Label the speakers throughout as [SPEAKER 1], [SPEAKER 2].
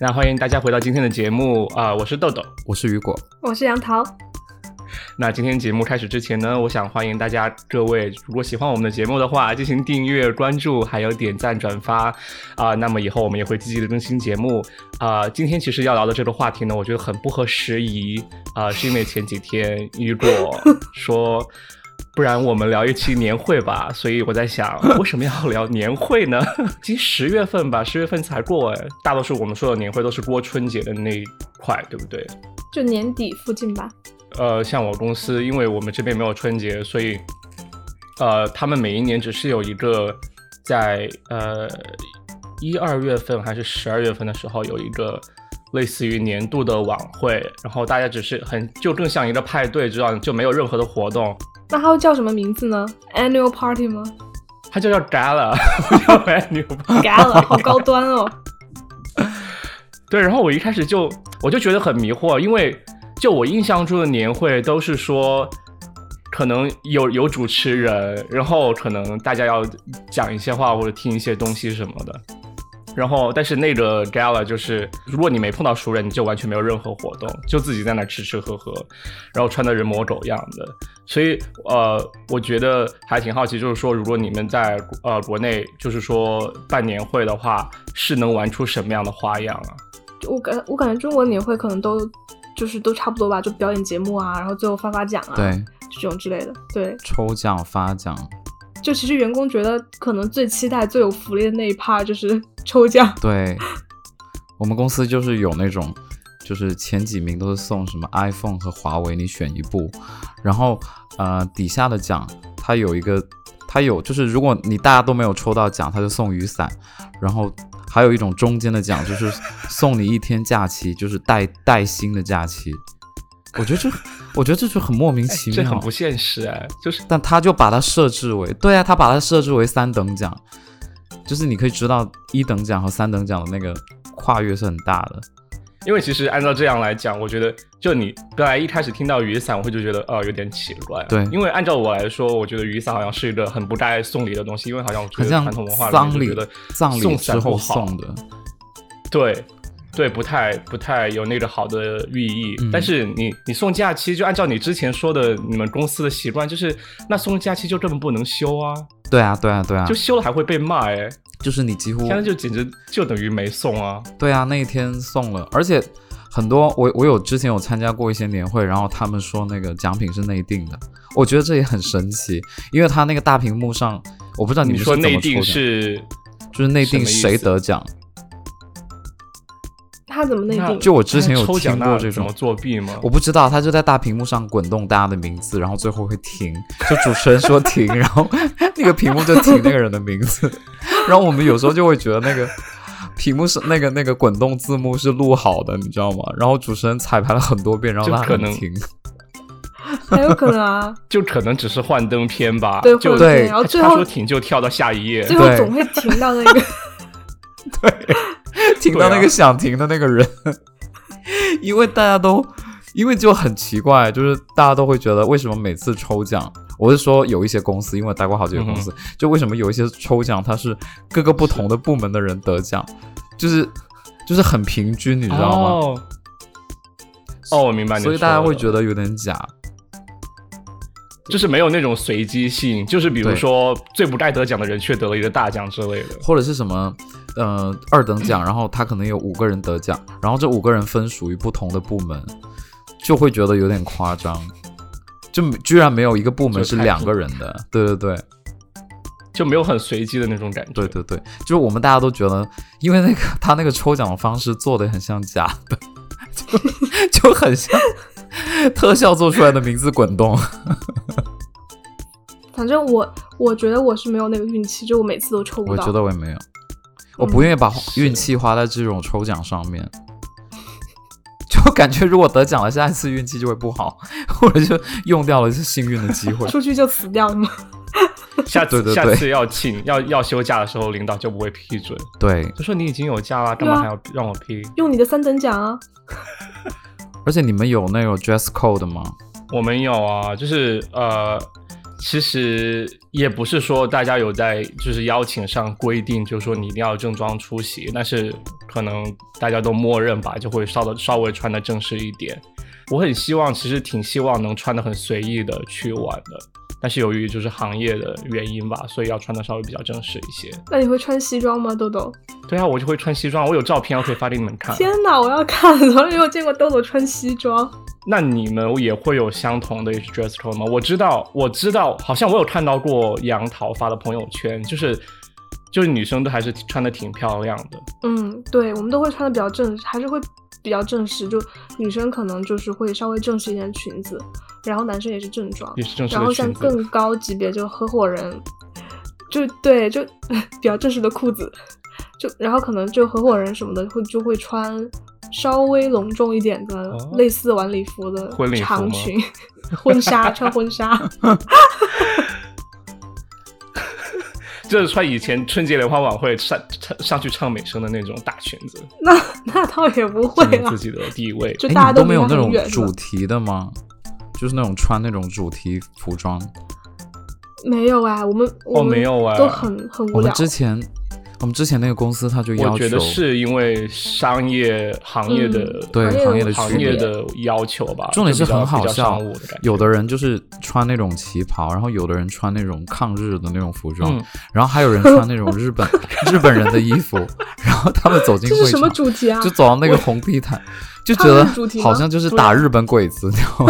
[SPEAKER 1] 那欢迎大家回到今天的节目啊、我是豆豆。
[SPEAKER 2] 我是雨果，
[SPEAKER 3] 我是杨桃，
[SPEAKER 1] 那今天节目开始之前呢，我想欢迎大家各位，如果喜欢我们的节目的话，进行订阅、关注，还有点赞、转发啊、那么以后我们也会积极的更新节目啊、今天其实要聊的这个话题呢，我觉得很不合时宜啊、是因为前几天雨果说。不然我们聊一期年会吧，所以我在想，为什么要聊年会呢？ 其实十月份吧，十月份才过哎，大多数我们说的年会都是过春节的那一块，对不对？
[SPEAKER 3] 就年底附近吧。
[SPEAKER 1] 呃，像我公司，因为我们这边没有春节，所以呃，他们每一年只是有一个在呃一二月份还是十二月份的时候有一个类似于年度的晚会，然后大家只是很就更像一个派对这样，就没有任何的活动，
[SPEAKER 3] 那它会叫什么名字呢？Annual Party 吗
[SPEAKER 1] 它就叫 gala，不 叫 annual party
[SPEAKER 3] ？Gala，好高端哦。
[SPEAKER 1] 对，然后我一开始就我就觉得很迷惑，因为就我印象中的年会都是说，可能有有主持人，然后可能大家要讲一些话或者听一些东西什么的。然后，但是那个 gala 就是，如果你没碰到熟人，你就完全没有任何活动，就自己在那吃吃喝喝，然后穿的人模狗样的。所以，呃，我觉得还挺好奇，就是说，如果你们在呃国内，就是说办年会的话，是能玩出什么样的花样啊？
[SPEAKER 3] 就我感我感觉中国年会可能都就是都差不多吧，就表演节目啊，然后最后发发奖啊，
[SPEAKER 2] 对，
[SPEAKER 3] 这种之类的。对，
[SPEAKER 2] 抽奖发奖，
[SPEAKER 3] 就其实员工觉得可能最期待、最有福利的那一 part 就是抽奖。
[SPEAKER 2] 对，我们公司就是有那种，就是前几名都是送什么 iPhone 和华为，你选一部，然后呃底下的奖，它有一个，它有就是如果你大家都没有抽到奖，它就送雨伞，然后还有一种中间的奖就是送你一天假期，就是带带薪的假期，我觉得这，我觉得这就很莫名其
[SPEAKER 1] 哎这
[SPEAKER 2] 妙，
[SPEAKER 1] 很不现实哎，就是
[SPEAKER 2] 但他就把它设置为，对啊，他把它设置为三等奖，就是你可以知道一等奖和三等奖的那个跨越是很大的。
[SPEAKER 1] 因为其实按照这样来讲，我觉得就你本来一开始听到雨伞，我会就觉得哦、有点奇怪。
[SPEAKER 2] 对
[SPEAKER 1] 因为按照我来说，我觉得雨伞好像是一个很不该送礼的东西，因为好像我觉
[SPEAKER 2] 很
[SPEAKER 1] 得
[SPEAKER 2] 像
[SPEAKER 1] 传统文化里面
[SPEAKER 2] 丧
[SPEAKER 1] 就
[SPEAKER 2] 礼
[SPEAKER 1] 觉得，
[SPEAKER 2] 丧礼
[SPEAKER 1] 送伞
[SPEAKER 2] 之
[SPEAKER 1] 不
[SPEAKER 2] 后
[SPEAKER 1] 好
[SPEAKER 2] 送的，
[SPEAKER 1] 对对不太不太有那个好的寓意。
[SPEAKER 2] 嗯
[SPEAKER 1] 但是你你送假期，就按照你之前说的你们公司的习惯，就是那送假期就根本不能休啊，
[SPEAKER 2] 对啊，对啊，对啊，
[SPEAKER 1] 就休了还会被骂哎，
[SPEAKER 2] 就是你几乎
[SPEAKER 1] 现在就简直就等于没送啊。
[SPEAKER 2] 对啊，那一天送了，而且很多我我有之前有参加过一些年会，然后他们说那个奖品是内定的，我觉得这也很神奇，因为他那个大屏幕上，我不知道
[SPEAKER 1] 你
[SPEAKER 2] 们
[SPEAKER 1] 说
[SPEAKER 2] 是怎
[SPEAKER 1] 内
[SPEAKER 2] 么抽
[SPEAKER 1] 定
[SPEAKER 2] 奖，
[SPEAKER 1] 是
[SPEAKER 2] 就是内
[SPEAKER 1] 什么
[SPEAKER 2] 定
[SPEAKER 1] 意思
[SPEAKER 2] 谁得奖，
[SPEAKER 3] 他怎么内
[SPEAKER 1] 那
[SPEAKER 3] 定？
[SPEAKER 2] 就我之前有
[SPEAKER 1] 那哎抽奖
[SPEAKER 2] 听
[SPEAKER 1] 那
[SPEAKER 2] 过这
[SPEAKER 1] 怎
[SPEAKER 2] 种
[SPEAKER 1] 么作弊吗？
[SPEAKER 2] 我不知道，他就在大屏幕上滚动大家的名字，然后最后会停，就主持人说停，然后那个屏幕就停那个人的名字，然后我们有时候就会觉得那个屏幕是那个那个滚动字幕是录好的，你知道吗？然后主持人彩排了很多遍，然后
[SPEAKER 1] 就
[SPEAKER 2] 他
[SPEAKER 1] 可
[SPEAKER 2] 很
[SPEAKER 1] 能
[SPEAKER 2] 停，
[SPEAKER 3] 很有可 能啊，
[SPEAKER 1] 就可能只是幻灯片吧，
[SPEAKER 3] 对，会
[SPEAKER 1] 就
[SPEAKER 3] 有
[SPEAKER 2] 对
[SPEAKER 3] 可能然后最
[SPEAKER 1] 他
[SPEAKER 3] 后
[SPEAKER 1] 说停就跳到下一页，
[SPEAKER 3] 最后
[SPEAKER 2] 对
[SPEAKER 3] 总会停到那个。
[SPEAKER 2] 停到那
[SPEAKER 1] 对
[SPEAKER 2] 个
[SPEAKER 1] 啊
[SPEAKER 2] 想停的那个人，啊因为大家都，因为就很奇怪，就是大家都会觉得为什么每次抽奖，我是说有一些公司，因为我待过好几个公司，就为什么有一些抽奖它是各个不同的部门的人得奖，就是就是很平均，你
[SPEAKER 1] 你
[SPEAKER 2] 知道吗？
[SPEAKER 1] 哦，哦我明白你说
[SPEAKER 2] 所
[SPEAKER 1] 的，
[SPEAKER 2] 以大家会觉得有点假，
[SPEAKER 1] 就是没有那种随机性，就是比如
[SPEAKER 2] 对
[SPEAKER 1] 说最不该得奖的人却得了一个大奖之类的。
[SPEAKER 2] 或者是什么，呃，二等奖，然后他可能有五个人得奖，然后这五个人分属于不同的部门，就会觉得有点夸张，就居然没有一个部门
[SPEAKER 1] 就是太
[SPEAKER 2] 两个人的，对对对
[SPEAKER 1] 就没有很随机的那种感觉。
[SPEAKER 2] 对对对，就是我们大家都觉得，因为那个他那个抽奖的方式做的很像假的， 就就很像特效做出来的名字滚动，
[SPEAKER 3] 反正我我觉得我是没有那个运气，就我每次都抽不嗯
[SPEAKER 2] 我
[SPEAKER 3] 到。。
[SPEAKER 2] 觉得我也没有，我不愿意把
[SPEAKER 1] 是
[SPEAKER 2] 运气花在这种抽奖上面，就感觉如果得奖了，下一次运气就会不好，或者就用掉了一次幸运的机会
[SPEAKER 3] 出去就死掉了吗？
[SPEAKER 1] 下次
[SPEAKER 2] 对对对
[SPEAKER 1] 下次要请要要休假的时候，领导就不会批准，
[SPEAKER 2] 对，
[SPEAKER 1] 就说你已经有假了，干
[SPEAKER 3] 对啊
[SPEAKER 1] 嘛还要让我批？
[SPEAKER 3] 用你的三等奖啊！
[SPEAKER 2] 而且你们有那种 dress code 吗？
[SPEAKER 1] 我们有啊，就是呃，其实也不是说大家有在就是邀请上规定，就是说你一定要正装出席，但是可能大家都默认吧，就会稍的稍微穿的正式一点。我很希望，其实挺希望能穿的很随意的去玩的，但是由于就是行业的原因吧，所以要穿的稍微比较正式一些。
[SPEAKER 3] 那你会穿西装吗，豆豆？
[SPEAKER 1] 对啊，我就会穿西装，我有照片，我可以发给你们 看。
[SPEAKER 3] 天哪，我要看！从来没有见过豆豆穿西装。
[SPEAKER 1] 那你们也会有相同的 dress code 吗？我知道，我知道，好像我有看到过杨桃发的朋友圈，就是就是女生都还是穿的挺漂亮的。
[SPEAKER 3] 嗯，对，我们都会穿的比较正，还是会比较正式。就女生可能就是会稍微正式一点的裙子，然后男生也是正装，
[SPEAKER 1] 也是正式的
[SPEAKER 3] 然后像
[SPEAKER 1] 裙子
[SPEAKER 3] 更高级别就合伙人，就对，就比较正式的裤子，就然后可能就合伙人什么的会就会穿稍微隆重一点的
[SPEAKER 1] 哦
[SPEAKER 3] 类似晚礼服的
[SPEAKER 1] 婚礼服
[SPEAKER 3] 长
[SPEAKER 1] 吗
[SPEAKER 3] 裙、 婚纱，穿婚纱。
[SPEAKER 1] 就是穿以前春节联欢晚会上上上去唱美声的那种大裙 子，
[SPEAKER 3] 那那倒也不会
[SPEAKER 1] 证明
[SPEAKER 3] 啊
[SPEAKER 1] 自，己的地位。
[SPEAKER 3] 就
[SPEAKER 2] 哎，
[SPEAKER 3] 大家
[SPEAKER 2] 你都
[SPEAKER 3] 离
[SPEAKER 2] 没有
[SPEAKER 3] 他
[SPEAKER 2] 那
[SPEAKER 3] 很
[SPEAKER 2] 种
[SPEAKER 3] 远是吧
[SPEAKER 2] 主题的吗？就是那种穿那种主题服装。
[SPEAKER 3] 没有啊，我们我
[SPEAKER 1] 哦，
[SPEAKER 3] 们
[SPEAKER 1] 没有哎、
[SPEAKER 3] 都很很
[SPEAKER 2] 啊我
[SPEAKER 3] 无
[SPEAKER 2] 们
[SPEAKER 3] 聊。
[SPEAKER 2] 之前，我们之前那个公司他就要
[SPEAKER 1] 我觉得
[SPEAKER 2] 求，
[SPEAKER 1] 是因为商业行业的、
[SPEAKER 3] 嗯
[SPEAKER 2] 对行业的
[SPEAKER 1] 行
[SPEAKER 2] 区
[SPEAKER 1] 业
[SPEAKER 2] 别
[SPEAKER 1] 的要求吧，
[SPEAKER 2] 重点是
[SPEAKER 1] 就比较
[SPEAKER 2] 很好
[SPEAKER 1] 比较
[SPEAKER 2] 笑
[SPEAKER 1] 商务的感，觉
[SPEAKER 2] 有的人就是穿那种旗袍，然后有的人穿那种抗日的那种服装，
[SPEAKER 1] 嗯
[SPEAKER 2] 然后还有人穿那种日本 日本人的衣服，然后他们走进
[SPEAKER 3] 这
[SPEAKER 2] 会
[SPEAKER 3] 是什么
[SPEAKER 2] 场，
[SPEAKER 3] 主题啊？
[SPEAKER 2] 就走到那个红地毯，就觉
[SPEAKER 3] 抗
[SPEAKER 2] 得
[SPEAKER 3] 日主题吗
[SPEAKER 2] 好像就是打日本鬼子，然 后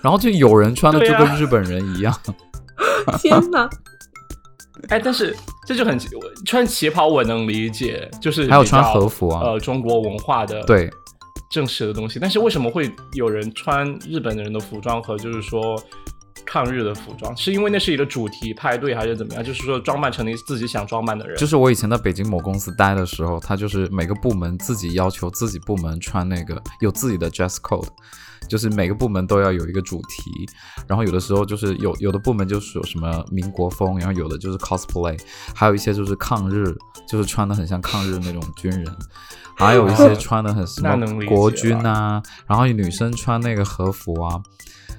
[SPEAKER 2] 然后就有人穿的就
[SPEAKER 1] 对啊
[SPEAKER 2] 跟日本人一样，
[SPEAKER 3] 天哪！
[SPEAKER 1] 哎，但是这就很奇我穿旗袍我能理解，就是
[SPEAKER 2] 还有
[SPEAKER 1] 比较
[SPEAKER 2] 穿和服啊
[SPEAKER 1] 呃，中国文化的
[SPEAKER 2] 对，
[SPEAKER 1] 正式的东西。但是为什么会有人穿日本人的服装和就是说抗日的服装？是因为那是一个主题派对还是怎么样？就是说装扮成你自己想装扮的人，
[SPEAKER 2] 就是我以前在北京某公司待的时候，他就是每个部门自己要求自己部门穿那个有自己的 dress code，就是每个部门都要有一个主题，然后有的时候就是有有的部门就是有什么民国风，然后有的就是 cosplay，还有一些就是抗日，就是穿的很像抗日那种军人，还有一些穿的很什
[SPEAKER 1] 那
[SPEAKER 2] 么
[SPEAKER 1] 能理解
[SPEAKER 2] 国军啊，然后女生穿那个和服啊。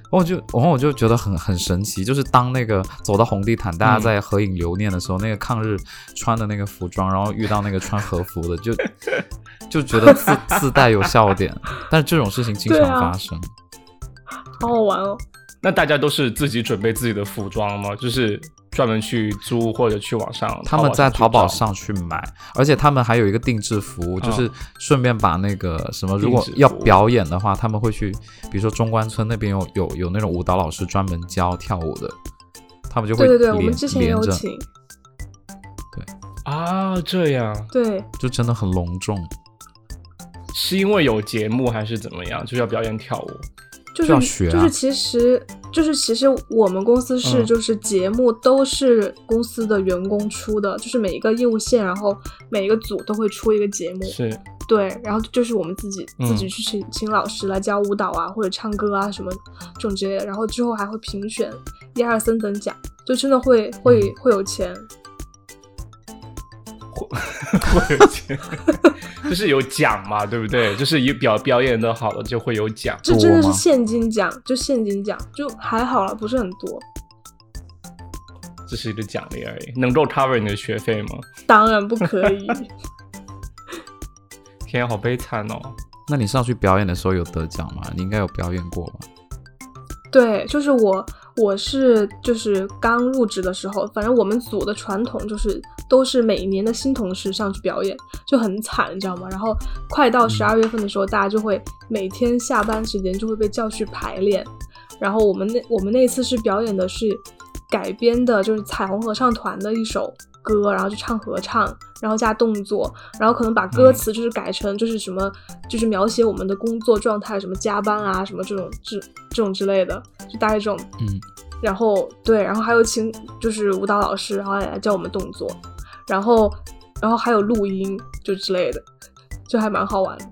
[SPEAKER 2] 我就，然后我就觉得很很神奇，就是当那个走到红地毯，大家
[SPEAKER 1] 嗯
[SPEAKER 2] 在合影留念的时候，那个抗日穿的那个服装，然后遇到那个穿和服的， 就就觉得自自带有笑点。但是这种事情经
[SPEAKER 3] 对
[SPEAKER 2] 常
[SPEAKER 3] 啊
[SPEAKER 2] 发生。
[SPEAKER 3] 好好玩哦。
[SPEAKER 1] 那大家都是自己准备自己的服装吗？就是专门去租或者去网上，
[SPEAKER 2] 他们在淘宝
[SPEAKER 1] 去找。
[SPEAKER 2] 上去买，而且他们还有一个定制服务，
[SPEAKER 3] 嗯
[SPEAKER 2] 就是顺便把那个什么，
[SPEAKER 1] 定制
[SPEAKER 2] 如果要
[SPEAKER 1] 服务
[SPEAKER 2] 表演的话，他们会去，比如说中关村那边有有有那种舞蹈老师专门教跳舞的，他 们就会
[SPEAKER 3] 对对
[SPEAKER 2] 连
[SPEAKER 3] 对，我们之前也
[SPEAKER 2] 连
[SPEAKER 3] 有
[SPEAKER 2] 着，
[SPEAKER 3] 请，
[SPEAKER 1] 啊，这样
[SPEAKER 3] 对，
[SPEAKER 2] 就真的很隆重，
[SPEAKER 1] 是因为有节目还是怎么样？就是要表演跳舞，
[SPEAKER 3] 就
[SPEAKER 2] 就要
[SPEAKER 3] 是
[SPEAKER 2] 学啊
[SPEAKER 3] 就是其实就是其实我们公司是
[SPEAKER 1] 嗯
[SPEAKER 3] 就是节目都是公司的员工出的，就是每一个业务线，然后每一个组都会出一个节目，
[SPEAKER 1] 是
[SPEAKER 3] 对，然后就是我们自己
[SPEAKER 1] 嗯
[SPEAKER 3] 自己去请请老师来教舞蹈啊，或者唱歌啊什么这种之类的，然后之后还会评选一二三等奖，就真的会会
[SPEAKER 2] 嗯
[SPEAKER 3] 会有钱，
[SPEAKER 1] 会有钱，就是有奖嘛，对不对？就是以表表演的好了就会有奖。
[SPEAKER 3] 这
[SPEAKER 2] 多
[SPEAKER 3] 真的是
[SPEAKER 2] 吗
[SPEAKER 3] 现金奖，就现金奖，就还好了，不是很多。
[SPEAKER 1] 这是一个奖励而已，能够 cover 你的学费吗？
[SPEAKER 3] 当然不可 以，
[SPEAKER 1] 天啊，好悲惨哦！
[SPEAKER 2] 那你上去表演的时候有得奖吗？你应该有表演过吧？
[SPEAKER 3] 对，就是我，我是就是刚入职的时候，反正我们组的传统就是都是每一年的新同事上去表演，就很惨，你知道吗？然后快到十二月份的时候，大家就会每天下班时间就会被叫去排练。然后我们那我们那次是表演的是改编的，就是彩虹合唱团的一首歌，然后就唱合唱，然后加动作，然后可能把歌词就是改成就是什么，就是描写我们的工作状态，什么加班啊，什么这种这这种之类的，就大概这种。
[SPEAKER 2] 嗯，
[SPEAKER 3] 然后对，然后还有请就是舞蹈老师，然后来教我们动作，然后然后还有录音就之类的，就还蛮好玩的。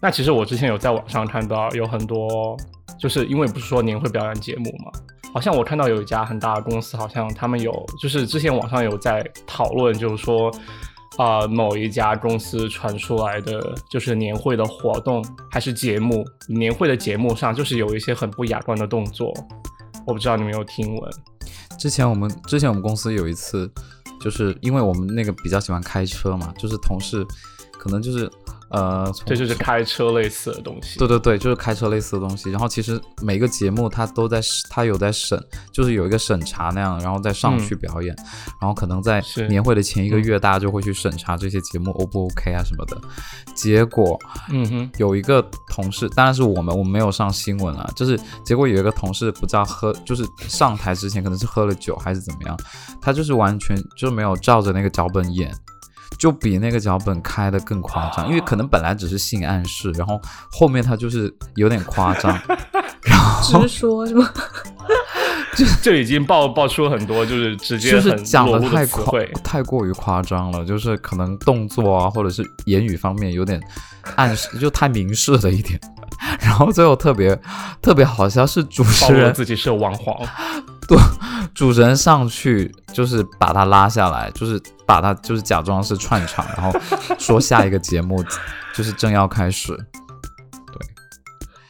[SPEAKER 1] 那其实我之前有在网上看到有很多，就是因为不是说年会表演节目嘛，好像我看到有一家很大的公司，好像他们有，就是之前网上有在讨论，就是说，啊、某一家公司传出来的就是年会的活动还是节目，年会的节目上就是有一些很不雅观的动作。我不知道你们有没有听闻。
[SPEAKER 2] 之前我们之前我们公司有一次，就是因为我们那个比较喜欢开车嘛，就是同事可能就是呃，从
[SPEAKER 1] 这就是开车类似的东西。
[SPEAKER 2] 对对对，就是开车类似的东西。然后其实每个节目它都在，它有在审，就是有一个审查那样，然后再上去表演。然后可能在
[SPEAKER 1] 是
[SPEAKER 2] 年会的前一个月，大家就会去审查这些节目 O 不 OK 啊什么的。结果
[SPEAKER 1] 嗯哼，
[SPEAKER 2] 有一个同事，当然是我们，我们没有上新闻啊。就是结果有一个同事不知道喝，就是上台之前可能是喝了酒还是怎么样，他就是完全就没有照着那个脚本演，就比那个脚本开的更夸张。因为可能本来只是性暗示，然后后面他就是有点夸张，
[SPEAKER 3] 直说是吗？
[SPEAKER 1] 这已经爆爆出很多，就是直接
[SPEAKER 2] 就是
[SPEAKER 1] 很
[SPEAKER 2] 讲
[SPEAKER 1] 裸
[SPEAKER 2] 的
[SPEAKER 1] 露
[SPEAKER 2] 太
[SPEAKER 1] 的词
[SPEAKER 2] 夸
[SPEAKER 1] 汇。
[SPEAKER 2] 太过于夸张了，就是可能动作啊或者是言语方面有点暗示，就太明示了一点。然后最后特别特别好笑是主
[SPEAKER 1] 暴
[SPEAKER 2] 持
[SPEAKER 1] 露
[SPEAKER 2] 人
[SPEAKER 1] 自己是王皇，
[SPEAKER 2] 主持人上去就是把他拉下来，就是把他就是假装是串场，然后说下一个节目就是正要 开始。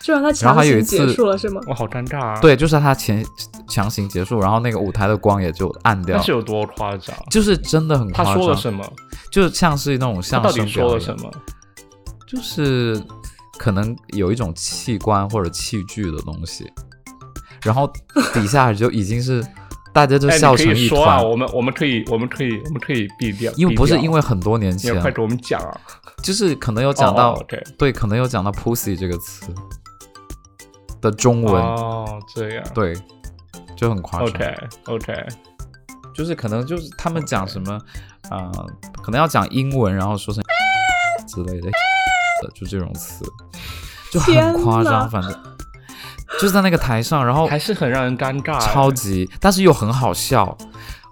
[SPEAKER 3] 就让他
[SPEAKER 2] 然后
[SPEAKER 3] 强
[SPEAKER 2] 还有一
[SPEAKER 3] 行结
[SPEAKER 2] 次
[SPEAKER 3] 束了是吗？
[SPEAKER 1] 我好尴尬啊！，
[SPEAKER 2] 对，就是他前强行结束，然后那个舞台的光也就暗
[SPEAKER 1] 那
[SPEAKER 2] 掉
[SPEAKER 1] 是，有多夸张？
[SPEAKER 2] 就是真的很夸
[SPEAKER 1] 他
[SPEAKER 2] 张。
[SPEAKER 1] 说了什么？
[SPEAKER 2] 就像是那种
[SPEAKER 1] 他
[SPEAKER 2] 相
[SPEAKER 1] 到
[SPEAKER 2] 声
[SPEAKER 1] 底说了
[SPEAKER 2] 表演
[SPEAKER 1] 什，么？
[SPEAKER 2] 就是可能有一种器官或者器具的东西，然后底下就已经是大家就
[SPEAKER 1] 哎，
[SPEAKER 2] 笑
[SPEAKER 1] 你可
[SPEAKER 2] 成
[SPEAKER 1] 以
[SPEAKER 2] 一
[SPEAKER 1] 说啊，
[SPEAKER 2] 团。
[SPEAKER 1] 我们我们可以我们可以我们可以避掉，
[SPEAKER 2] 因为不是
[SPEAKER 1] 避掉
[SPEAKER 2] 因为很多年
[SPEAKER 1] 你
[SPEAKER 2] 前
[SPEAKER 1] 要，快给我们讲啊！
[SPEAKER 2] 就是可能有讲到
[SPEAKER 1] 哦、对
[SPEAKER 2] 对，可能有讲到 pussy 这个词的中文，
[SPEAKER 1] 哦，这样
[SPEAKER 2] 对，就很夸张。
[SPEAKER 1] OK OK，
[SPEAKER 2] 就是可能就是他们讲什么，啊、可能要讲英文，然后说成 之类的， 就这种词，就
[SPEAKER 3] 天
[SPEAKER 2] 很夸
[SPEAKER 3] 哪
[SPEAKER 2] 张，反正就是在那个台上，然后
[SPEAKER 1] 还是很让人尴尬，
[SPEAKER 2] 哦超级，但是又很好笑。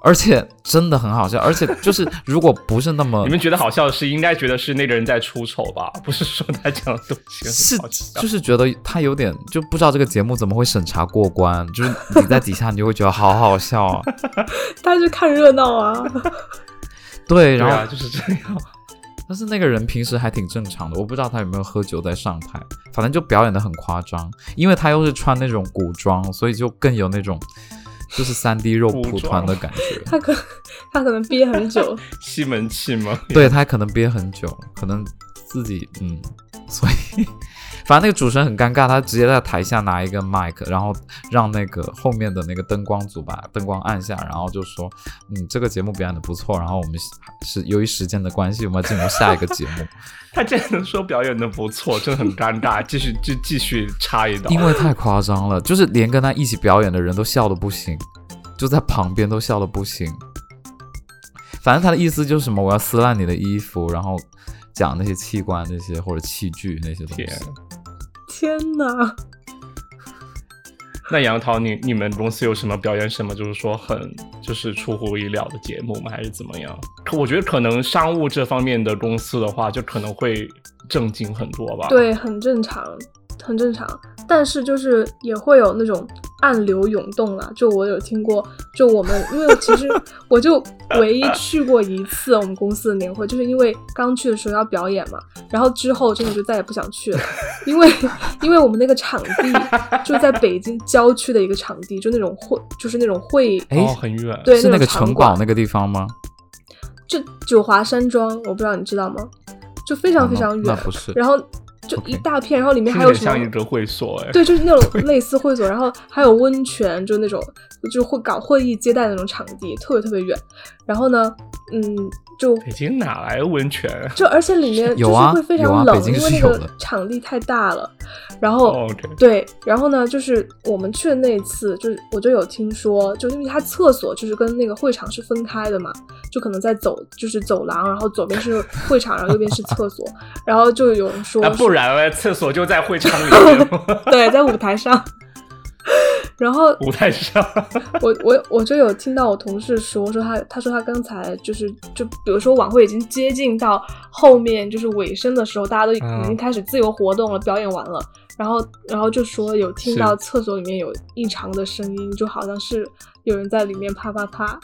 [SPEAKER 2] 而且真的很好笑，而且就是如果不是那么
[SPEAKER 1] 你们觉得好笑是应该觉得是那个人在出丑吧？不是说他讲的东西很
[SPEAKER 2] 是
[SPEAKER 1] 好啊笑
[SPEAKER 2] 就是觉得他有点就不知道这个节目怎么会审查过关，就是你在底下你就会觉得好好笑 啊，
[SPEAKER 3] 大家就看热闹啊。
[SPEAKER 1] 对
[SPEAKER 2] 对，然后、
[SPEAKER 1] 啊，就是这样。
[SPEAKER 2] 但是那个人平时还挺正常的，我不知道他有没有喝酒在上台，反正就表演的很夸张，因为他又是穿那种古装，所以就更有那种就是三 D 肉蒲团的感觉。
[SPEAKER 3] 他可他可能憋 很久，
[SPEAKER 1] 西门庆吗？
[SPEAKER 2] 对他可能憋很久，可能自己嗯，所以反正那个主持人很尴尬，他直接在台下拿一个麦克，然后让那个后面的那个灯光组把灯光按下，然后就说嗯这个节目表演的不错，然后我们是由于时间的关系，我们要进入下一个节目。
[SPEAKER 1] 他竟然能说表演的不 错，真的很尴尬。继续就继续插一刀，
[SPEAKER 2] 因为太夸张了，就是连跟他一起表演的人都笑的不行，就在旁边都笑的不行。反正他的意思就是什么，我要撕烂你的衣服，然后讲那些器官那些或者器具那些东西
[SPEAKER 1] 天。
[SPEAKER 3] 天哪！
[SPEAKER 1] 那杨桃，你你们公司有什么表演什么，就是说很就是出乎意料的节目吗？还是怎么样？可我觉得可能商务这方面的公司的话，就可能会正经很多
[SPEAKER 2] 啊
[SPEAKER 1] 吧。，哦
[SPEAKER 3] 对，很正常，很正常。但是就是也会有那种暗流涌动啦，就我有听过，就我们因为其 实我就唯一去过一次我们公司的年会，就是因为刚去的时候要表演嘛，然后之后真的就再也不想去了，因为因为我们那个场地就在北京郊区的一个场地，就那种会就是那种会，
[SPEAKER 2] 哎
[SPEAKER 1] 哦，很远。
[SPEAKER 3] 对，
[SPEAKER 2] 是那
[SPEAKER 3] 种
[SPEAKER 2] 个
[SPEAKER 3] 场
[SPEAKER 2] 城
[SPEAKER 3] 馆
[SPEAKER 2] 堡那个地方吗？
[SPEAKER 3] 就九华山庄，我不知道你知道吗？就非常非
[SPEAKER 2] 啊
[SPEAKER 3] 常
[SPEAKER 2] 那
[SPEAKER 3] 远，
[SPEAKER 2] 那不是
[SPEAKER 3] 然后就
[SPEAKER 2] OK
[SPEAKER 3] 一大片，然后里面
[SPEAKER 1] 听
[SPEAKER 3] 还
[SPEAKER 1] 着
[SPEAKER 3] 有
[SPEAKER 1] 很
[SPEAKER 3] 什么
[SPEAKER 1] 像一？个会所 哎。
[SPEAKER 3] 对，就是那种类似会所，然后还有温泉，就那种就会搞会议接待的那种场地，特别特别远。然后呢，嗯，就
[SPEAKER 1] 北京哪来温泉啊？
[SPEAKER 3] 就而且里面就
[SPEAKER 2] 有
[SPEAKER 3] 是
[SPEAKER 2] 啊
[SPEAKER 3] 会非
[SPEAKER 2] 有啊
[SPEAKER 3] 常冷，
[SPEAKER 2] 北京
[SPEAKER 3] 因为
[SPEAKER 2] 是
[SPEAKER 3] 那
[SPEAKER 2] 有
[SPEAKER 3] 个
[SPEAKER 2] 的
[SPEAKER 3] 场地太大了。然后、
[SPEAKER 1] 哦，OK
[SPEAKER 3] 对，然后呢，就是我们去的那一次，就是我就有听说，就因为它厕所就是跟那个会场是分开的嘛，就可能在走就是走廊，然后左边是会场，然后右边是厕所，然后就有 人说
[SPEAKER 1] 啊，不然嘞，厕所就在会场里面 吗，
[SPEAKER 3] 对，在舞台上。 然后
[SPEAKER 1] 舞台上。
[SPEAKER 3] 我我我就有听到我同事说说他他说他刚才就是就比如说晚会已经接近到后面就是尾声的时候，大家都已
[SPEAKER 1] 嗯
[SPEAKER 3] 经开始自由活动了，表演完了，然后然后就说有听
[SPEAKER 1] 是
[SPEAKER 3] 到厕所里面有异常的声音，就好像是有人在里面啪啪啪，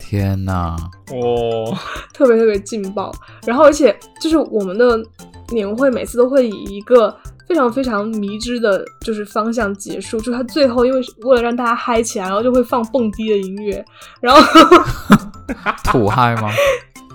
[SPEAKER 2] 天哪！
[SPEAKER 1] 哦，
[SPEAKER 3] 特别特别劲爆。然后而且就是我们的年会每次都会以一个。非常非常迷之的，就是方向结束。就是他最后因为为了让大家嗨起来，然后就会放蹦迪的音乐，然后
[SPEAKER 2] 土嗨 吗？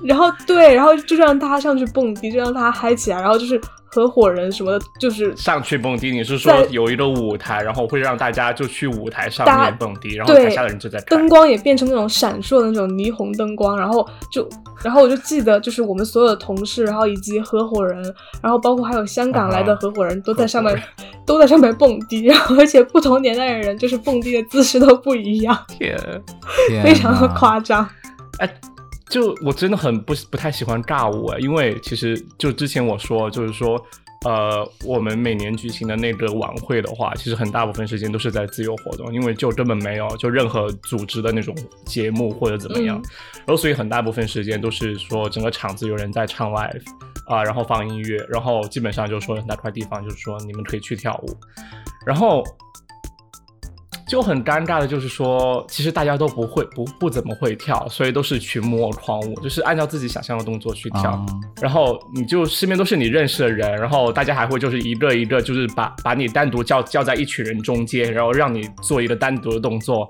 [SPEAKER 3] 然后对，然后就让大家上去蹦迪，就让大家嗨起来，然后就是合伙人什么的，就是
[SPEAKER 1] 上去蹦迪，你是说
[SPEAKER 3] 在
[SPEAKER 1] 有一个舞台，然后会让大家就去舞台上
[SPEAKER 3] 大
[SPEAKER 1] 面蹦迪，然后
[SPEAKER 3] 对
[SPEAKER 1] 台下的人就在看
[SPEAKER 3] 灯。光也变成那种闪烁的那种霓虹灯光，然后就，然后我就记得，就是我们所有的同事，然后以及合伙人，然后包括还有香港来的合伙人，都在上面，都在上面蹦迪，然后而且不同年代的人就是蹦迪的姿势都不一样，
[SPEAKER 1] 天，
[SPEAKER 2] 天
[SPEAKER 3] 非常的
[SPEAKER 2] 哪
[SPEAKER 3] 夸张。
[SPEAKER 1] 哎，就我真的很不不太喜欢尬舞，哎因为其实就之前我说，就是说，呃，我们每年举行的那个晚会的话，其实很大部分时间都是在自由活动，因为就根本没有就任何组织的那种节目或者怎么样，
[SPEAKER 3] 嗯
[SPEAKER 1] 然后所以很大部分时间都是说整个场子有人在唱 live 啊、然后放音乐，然后基本上就说很大块地方就是说你们可以去跳舞，然后就很尴尬的就是说，其实大家都不会不不怎么会跳，所以都是群魔狂舞，就是按照自己想象的动作去跳。
[SPEAKER 2] 啊
[SPEAKER 1] 然后你就身边都是你认识的人，然后大家还会就是一个一个就是把把你单独叫叫在一群人中间，然后让你做一个单独的动作。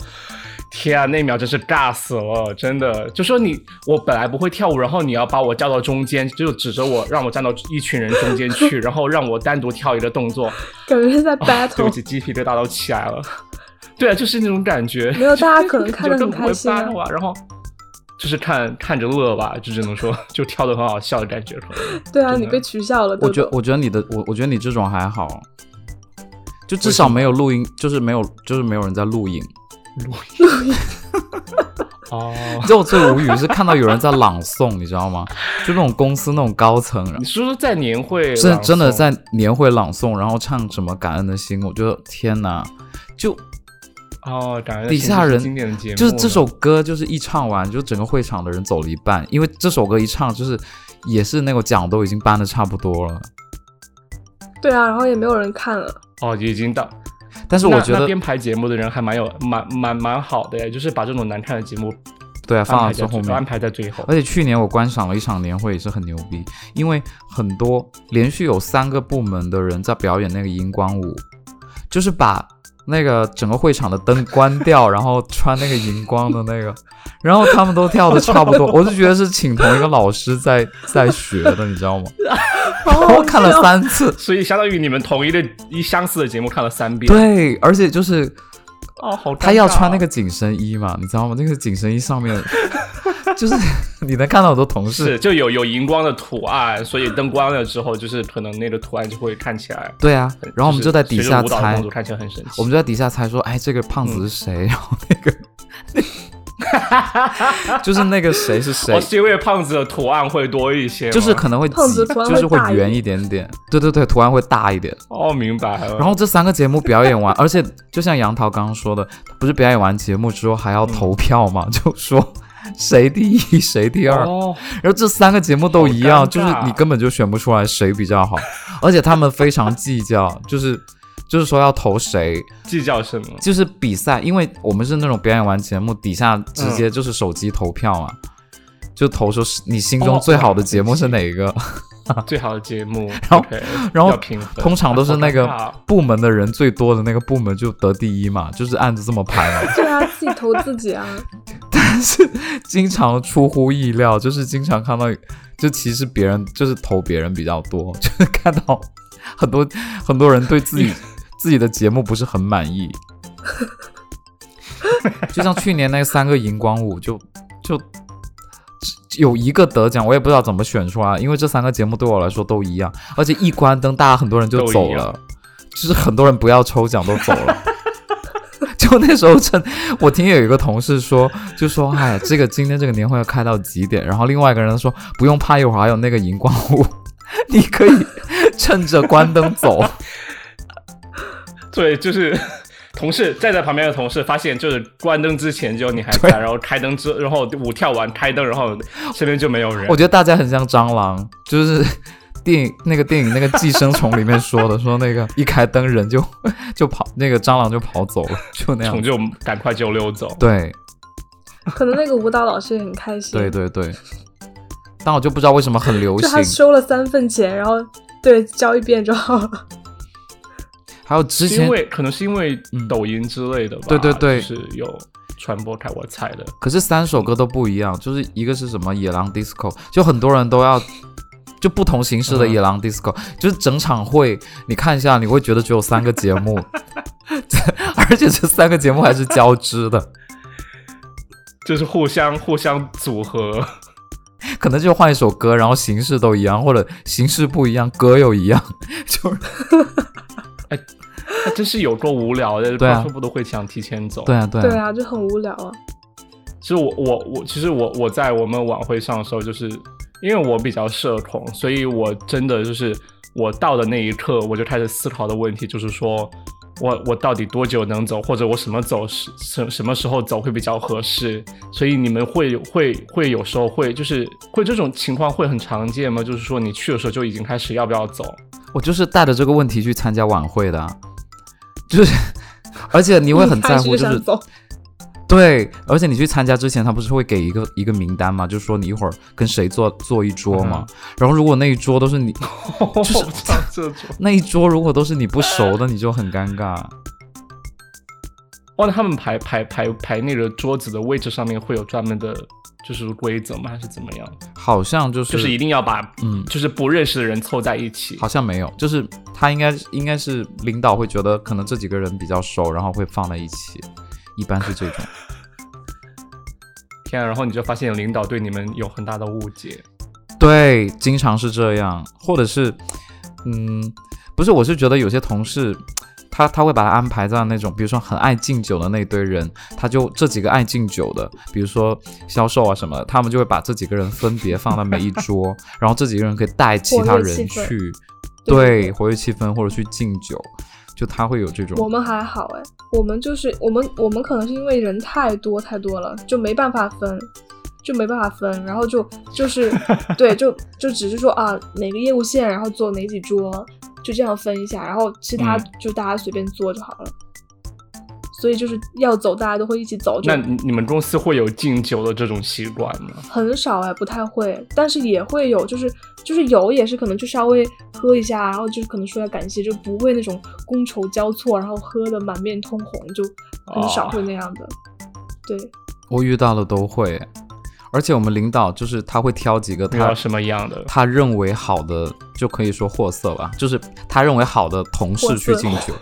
[SPEAKER 1] 天啊，那一秒真是尬死了，真的。就说你我本来不会跳舞，然后你要把我叫到中间，就指着我让我站到一群人中间去，然后让我单独跳一个动作。
[SPEAKER 3] 感觉是在
[SPEAKER 1] 啊对
[SPEAKER 3] battle，、
[SPEAKER 1] 不起，鸡皮疙瘩都起来了。对啊，就是那种感觉。
[SPEAKER 3] 没有大家可能看得很开心啊
[SPEAKER 1] 就更不会 battle 啊，然后就是看看着乐吧，就只能说就跳的很好笑的感觉。可能
[SPEAKER 3] 对啊，
[SPEAKER 1] 真的
[SPEAKER 3] 你被取笑了，
[SPEAKER 2] 我
[SPEAKER 3] 对
[SPEAKER 2] 觉
[SPEAKER 3] 不
[SPEAKER 2] 得我觉得你的我我觉得你这种还好，就至少没有录音，就是没有就是没有人在录影。
[SPEAKER 1] 哦，
[SPEAKER 2] 你知道我最无语是看到有人在朗诵，你知道吗？就那种公司那种高层，然 后
[SPEAKER 1] 你说说在年会
[SPEAKER 2] 真
[SPEAKER 1] 朗
[SPEAKER 2] 真的
[SPEAKER 1] 诵
[SPEAKER 2] 在年会朗诵，然后唱什么感恩的心，我觉得天哪，就
[SPEAKER 1] 哦，感觉
[SPEAKER 2] 底下人
[SPEAKER 1] 经典的节目呢，
[SPEAKER 2] 就是这首歌，就是一唱完，就整个会场的人走了一半，因为这首歌一唱就是也是那个奖都已经颁的差不多了，
[SPEAKER 3] 对对啊，然后也没有人看了，
[SPEAKER 1] 哦已经到。
[SPEAKER 2] 但是
[SPEAKER 1] 那
[SPEAKER 2] 我觉
[SPEAKER 1] 那
[SPEAKER 2] 得
[SPEAKER 1] 编排节目的人还蛮有蛮蛮蛮好的，就是把这种难看的节目
[SPEAKER 2] 对啊，
[SPEAKER 1] 安
[SPEAKER 2] 放
[SPEAKER 1] 排
[SPEAKER 2] 到
[SPEAKER 1] 在
[SPEAKER 2] 最后
[SPEAKER 1] 最安
[SPEAKER 2] 面。
[SPEAKER 1] 排在最后。
[SPEAKER 2] 而且去年我观赏了一场年会，也是很牛逼，因为很多连续有三个部门的人在表演那个荧光舞，就是把那个整个会场的灯关掉，然后穿那个荧光的那个，然后他们都跳的差不多，我就觉得是请同一个老师在在学的，你知 道吗？
[SPEAKER 3] 好
[SPEAKER 2] 我看了三次，
[SPEAKER 1] 所以相当于你们同一个一相似的节目看了三遍，
[SPEAKER 2] 对，而且就是
[SPEAKER 1] 哦，好尴尬啊。
[SPEAKER 2] 他要穿那个紧身衣嘛，你知道吗？那个紧身衣上面 就是你能看到很多同事
[SPEAKER 1] 是，就有有荧光的图案，所以灯关了之后，就是可能那个图案就会看起来
[SPEAKER 2] 对啊
[SPEAKER 1] 很，，
[SPEAKER 2] 然后我们
[SPEAKER 1] 就
[SPEAKER 2] 就在底下
[SPEAKER 1] 是随着舞蹈嗯的
[SPEAKER 2] 猜
[SPEAKER 1] 动，作看起来很神奇。
[SPEAKER 2] 我们就在底下猜说，哎，这个胖子是谁？然后 那个，就是那个谁是谁
[SPEAKER 1] 哦，，是因为胖子的图案会多一些吗，
[SPEAKER 2] 就是可能会
[SPEAKER 3] 胖子
[SPEAKER 2] 挤
[SPEAKER 3] 图案
[SPEAKER 2] 就是
[SPEAKER 3] 会
[SPEAKER 2] 会
[SPEAKER 3] 大一
[SPEAKER 2] 圆
[SPEAKER 3] 点
[SPEAKER 2] 一点点，对对对，图案会大一点。
[SPEAKER 1] 哦，明白了。
[SPEAKER 2] 然后这三个节目表演完，而且就像杨桃刚刚说的，不是表演完节目之后还要投票嘛，就说谁第一谁第二。
[SPEAKER 1] 哦，
[SPEAKER 2] 然后这三个节目都一
[SPEAKER 1] 好
[SPEAKER 2] 样，
[SPEAKER 1] 尴尬
[SPEAKER 2] 就是你根本就选不出来谁 比较好，而且他们非常计较，就是就是说要投谁，
[SPEAKER 1] 计较什么？
[SPEAKER 2] 就是比赛，因为我们是那种表演完节目底下直
[SPEAKER 1] 嗯
[SPEAKER 2] 接就是手机投票嘛，就投说是你心中最好的节目是哪一个，
[SPEAKER 1] 嗯最好的节目，然
[SPEAKER 2] 后 然后
[SPEAKER 1] 评分，
[SPEAKER 2] 通常都是
[SPEAKER 1] 好
[SPEAKER 2] 那
[SPEAKER 1] 尴尬
[SPEAKER 2] 个
[SPEAKER 1] 哦
[SPEAKER 2] 部门的人最多的那个部门就得第一嘛，就是按着这么 排嘛。
[SPEAKER 3] 对啊，自己投自己啊，
[SPEAKER 2] 但是经常出乎意料，就是经常看到，就其实别人就是投别人比较多，就是看到很多很多人对自 己自己的节目不是很满意。 就像去年那三个荧光舞，就就只有一个得奖，我也不知道怎么选出来，因为这三个节目对我来说都一样，而且一关灯，大家很多人就
[SPEAKER 1] 都一
[SPEAKER 2] 走
[SPEAKER 1] 样
[SPEAKER 2] 了，就是很多人不要抽奖都走了。 就那时候真，我听有一个同事说，就说哎，这个今天这个年会要开到几点？然后另外一个人说不用怕，一会儿还有那个荧光舞， 你可以趁着关 灯走。
[SPEAKER 1] 对，就是。 同事站在旁边的同事发现，就是关灯之前就你还在，然后开灯之，然后舞跳完开灯，然后身边就没有人
[SPEAKER 2] 我。觉得大家很像蟑螂，就是 电影那个电影那个《寄生虫》里面说的，说那个一开灯人就 就跑，那个蟑螂就跑走 了，就那样
[SPEAKER 1] 虫。就赶快就溜走，
[SPEAKER 2] 对
[SPEAKER 3] 可能那个舞蹈老师也很开心，
[SPEAKER 2] 对对对，但我就不知道为什么很流
[SPEAKER 3] 就他
[SPEAKER 2] 行。
[SPEAKER 3] 收了三份钱，然后对交一遍就好了。
[SPEAKER 2] 还有之
[SPEAKER 1] 是因
[SPEAKER 2] 前，
[SPEAKER 1] 为可能是因为
[SPEAKER 2] 嗯
[SPEAKER 1] 抖音之类的吧，
[SPEAKER 2] 对对对
[SPEAKER 1] 就是有传播开，我猜的。
[SPEAKER 2] 可是三首歌都不一样，就是一个是什么野狼 disco，就很多人都要。就不同形式的
[SPEAKER 1] 嗯
[SPEAKER 2] 野狼 disco，、就是整场会，你看一下，你会觉得只有三个节目， 而且这三个节目还是交织的，
[SPEAKER 1] 就是互相互相组合，
[SPEAKER 2] 可能就换一首歌，然后形式都一样，或者形式不一样，歌又一样，就是
[SPEAKER 1] 还真是有够无聊的。
[SPEAKER 2] 对啊
[SPEAKER 1] 观众不都会想提前走。
[SPEAKER 2] 对，啊对啊
[SPEAKER 3] 对啊，就很无聊啊。
[SPEAKER 1] 其实我我我，其实我我在我们晚会上的时候，就是因为我比较社恐，所以我真的就是我到的那一刻，我就开始思考的问题就是说。我我到底多久能走，或者我什么走是什什么时候走会比较合适？所以你们会会会有时候会就是会这种情况会很常见吗？就是说你去的时候就已经开始要不要走？
[SPEAKER 2] 我就是带着这个问题去参加晚会的啊、就是， 而且你会很在乎，
[SPEAKER 3] 一
[SPEAKER 2] 就
[SPEAKER 3] 开始
[SPEAKER 2] 是
[SPEAKER 3] 想走，
[SPEAKER 2] 对，而且你去参加之前，他不是会给一个一个名单嘛，就是说你一会儿跟谁坐坐一桌嘛，然后如果那一桌都是你
[SPEAKER 1] 就是这 种
[SPEAKER 2] 那一桌如果都是你不熟的，你就很尴尬。
[SPEAKER 1] 哦，那他们排排排排那个桌子的位置上面会有专门的，就是规则吗？还是怎么样？
[SPEAKER 2] 好像就是
[SPEAKER 1] 就是一定要把
[SPEAKER 2] 嗯，
[SPEAKER 1] 就是不认识的人凑在一起
[SPEAKER 2] 好。像没有，就是他应该应该是领导会觉得可能这几个人比较熟，然后会放在一起，一般是这种。
[SPEAKER 1] 天、啊，然后你就发现领导对你们有很大的误解。
[SPEAKER 2] 对，经常是这样，或者是，嗯，不是，我是觉得有些同事，他他会把他安排在那种，比如说很爱敬酒的那一堆人，他就这几个爱敬酒的，比如说销售啊什么的，他们就会把这几个人分别放在每一 桌，然后这几个人可以带其
[SPEAKER 3] 活
[SPEAKER 2] 他
[SPEAKER 3] 跃气
[SPEAKER 2] 人
[SPEAKER 3] 氛
[SPEAKER 2] 去，
[SPEAKER 3] 对对
[SPEAKER 2] 对，活跃气氛或者去敬酒，就他会有这种
[SPEAKER 3] 我们还好哎，我们就是我们我们可能是因为人太多太多了，就没办法分，就没办法分，然后就就是 对，就就只是说啊哪个业务线，然后坐哪几桌，就这样分一下，然后其他
[SPEAKER 1] 嗯
[SPEAKER 3] 就大家随便坐就好了。所以就是要走，大家都会一起走，就
[SPEAKER 1] 那你你们公司会有敬酒的这种习惯吗？
[SPEAKER 3] 很少哎，不太会，但是也会有，就是就是有也是可能就稍微喝一下，然后就是可能说要感谢，就不会那种觥筹交错，然后喝的满面通红，就很
[SPEAKER 2] 哦
[SPEAKER 3] 少会那样的。对，
[SPEAKER 2] 我遇到的都会，而且我们领导就是他会挑几个
[SPEAKER 1] 没有
[SPEAKER 2] 他
[SPEAKER 1] 什么样的？
[SPEAKER 2] 他认为好的就可以说货色吧， 就是他认为好的同事去敬酒，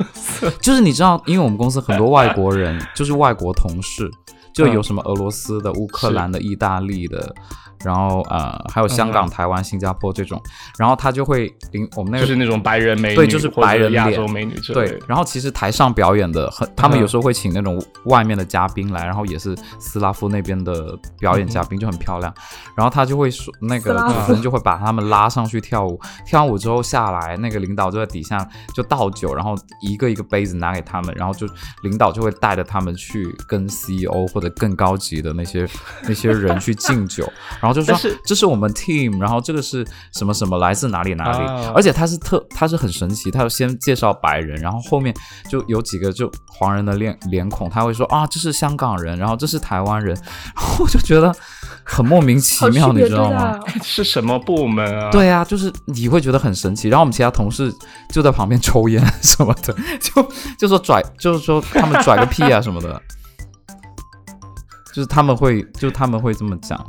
[SPEAKER 2] 就是你知道，因为我们公司很多外国人， 就是外国同事，就
[SPEAKER 1] 嗯
[SPEAKER 2] 有什么俄罗斯的、乌克兰的、意大利的，然后呃还有香港、
[SPEAKER 1] 嗯
[SPEAKER 2] 台湾、新加坡这种，然后他就会领我们那
[SPEAKER 1] 就
[SPEAKER 2] 个
[SPEAKER 1] 是那种白人美女，
[SPEAKER 2] 对就是白人
[SPEAKER 1] 或者亚
[SPEAKER 2] 脸
[SPEAKER 1] 洲美女之类
[SPEAKER 2] 对
[SPEAKER 1] 的，。
[SPEAKER 2] 然后其实台上表演的很，他们
[SPEAKER 1] 嗯
[SPEAKER 2] 有时候会请那种外面的嘉宾来，然后也是斯拉夫那边的表演嘉宾就很漂亮，然后他就会说那
[SPEAKER 3] 斯
[SPEAKER 2] 个
[SPEAKER 3] 拉
[SPEAKER 2] 主
[SPEAKER 3] 夫
[SPEAKER 2] 持人就会把他们拉上去跳舞，跳完舞之后下来，那个领导就在底下就倒酒，然后一个一个杯子拿给他们，然后就领导就会带着他们去跟 CEO 或者更高级的那些 那些人去敬酒，然后就
[SPEAKER 1] 但
[SPEAKER 2] 说
[SPEAKER 1] 是
[SPEAKER 2] 这是我们 team，然后这个是什么什么来自哪里哪里，
[SPEAKER 1] 啊
[SPEAKER 2] 而且他是特他是很神奇，他要先介绍白人，然后后面就有几个就黄人的脸脸孔，他会说啊这是香港人，然后这是台湾人， 然后我就觉得很莫名其
[SPEAKER 3] 好区
[SPEAKER 2] 妙，你
[SPEAKER 3] 别
[SPEAKER 2] 知
[SPEAKER 3] 对
[SPEAKER 2] 道
[SPEAKER 3] 待
[SPEAKER 2] 吗
[SPEAKER 3] 啊？，
[SPEAKER 1] 是什么部门啊？，
[SPEAKER 2] 对啊，就是你会觉得很神奇，然后我们其他同事就在旁边抽烟 什么的，就就说拽，就是说他们拽个屁啊什么的， 就是他们会，就他们会这么讲，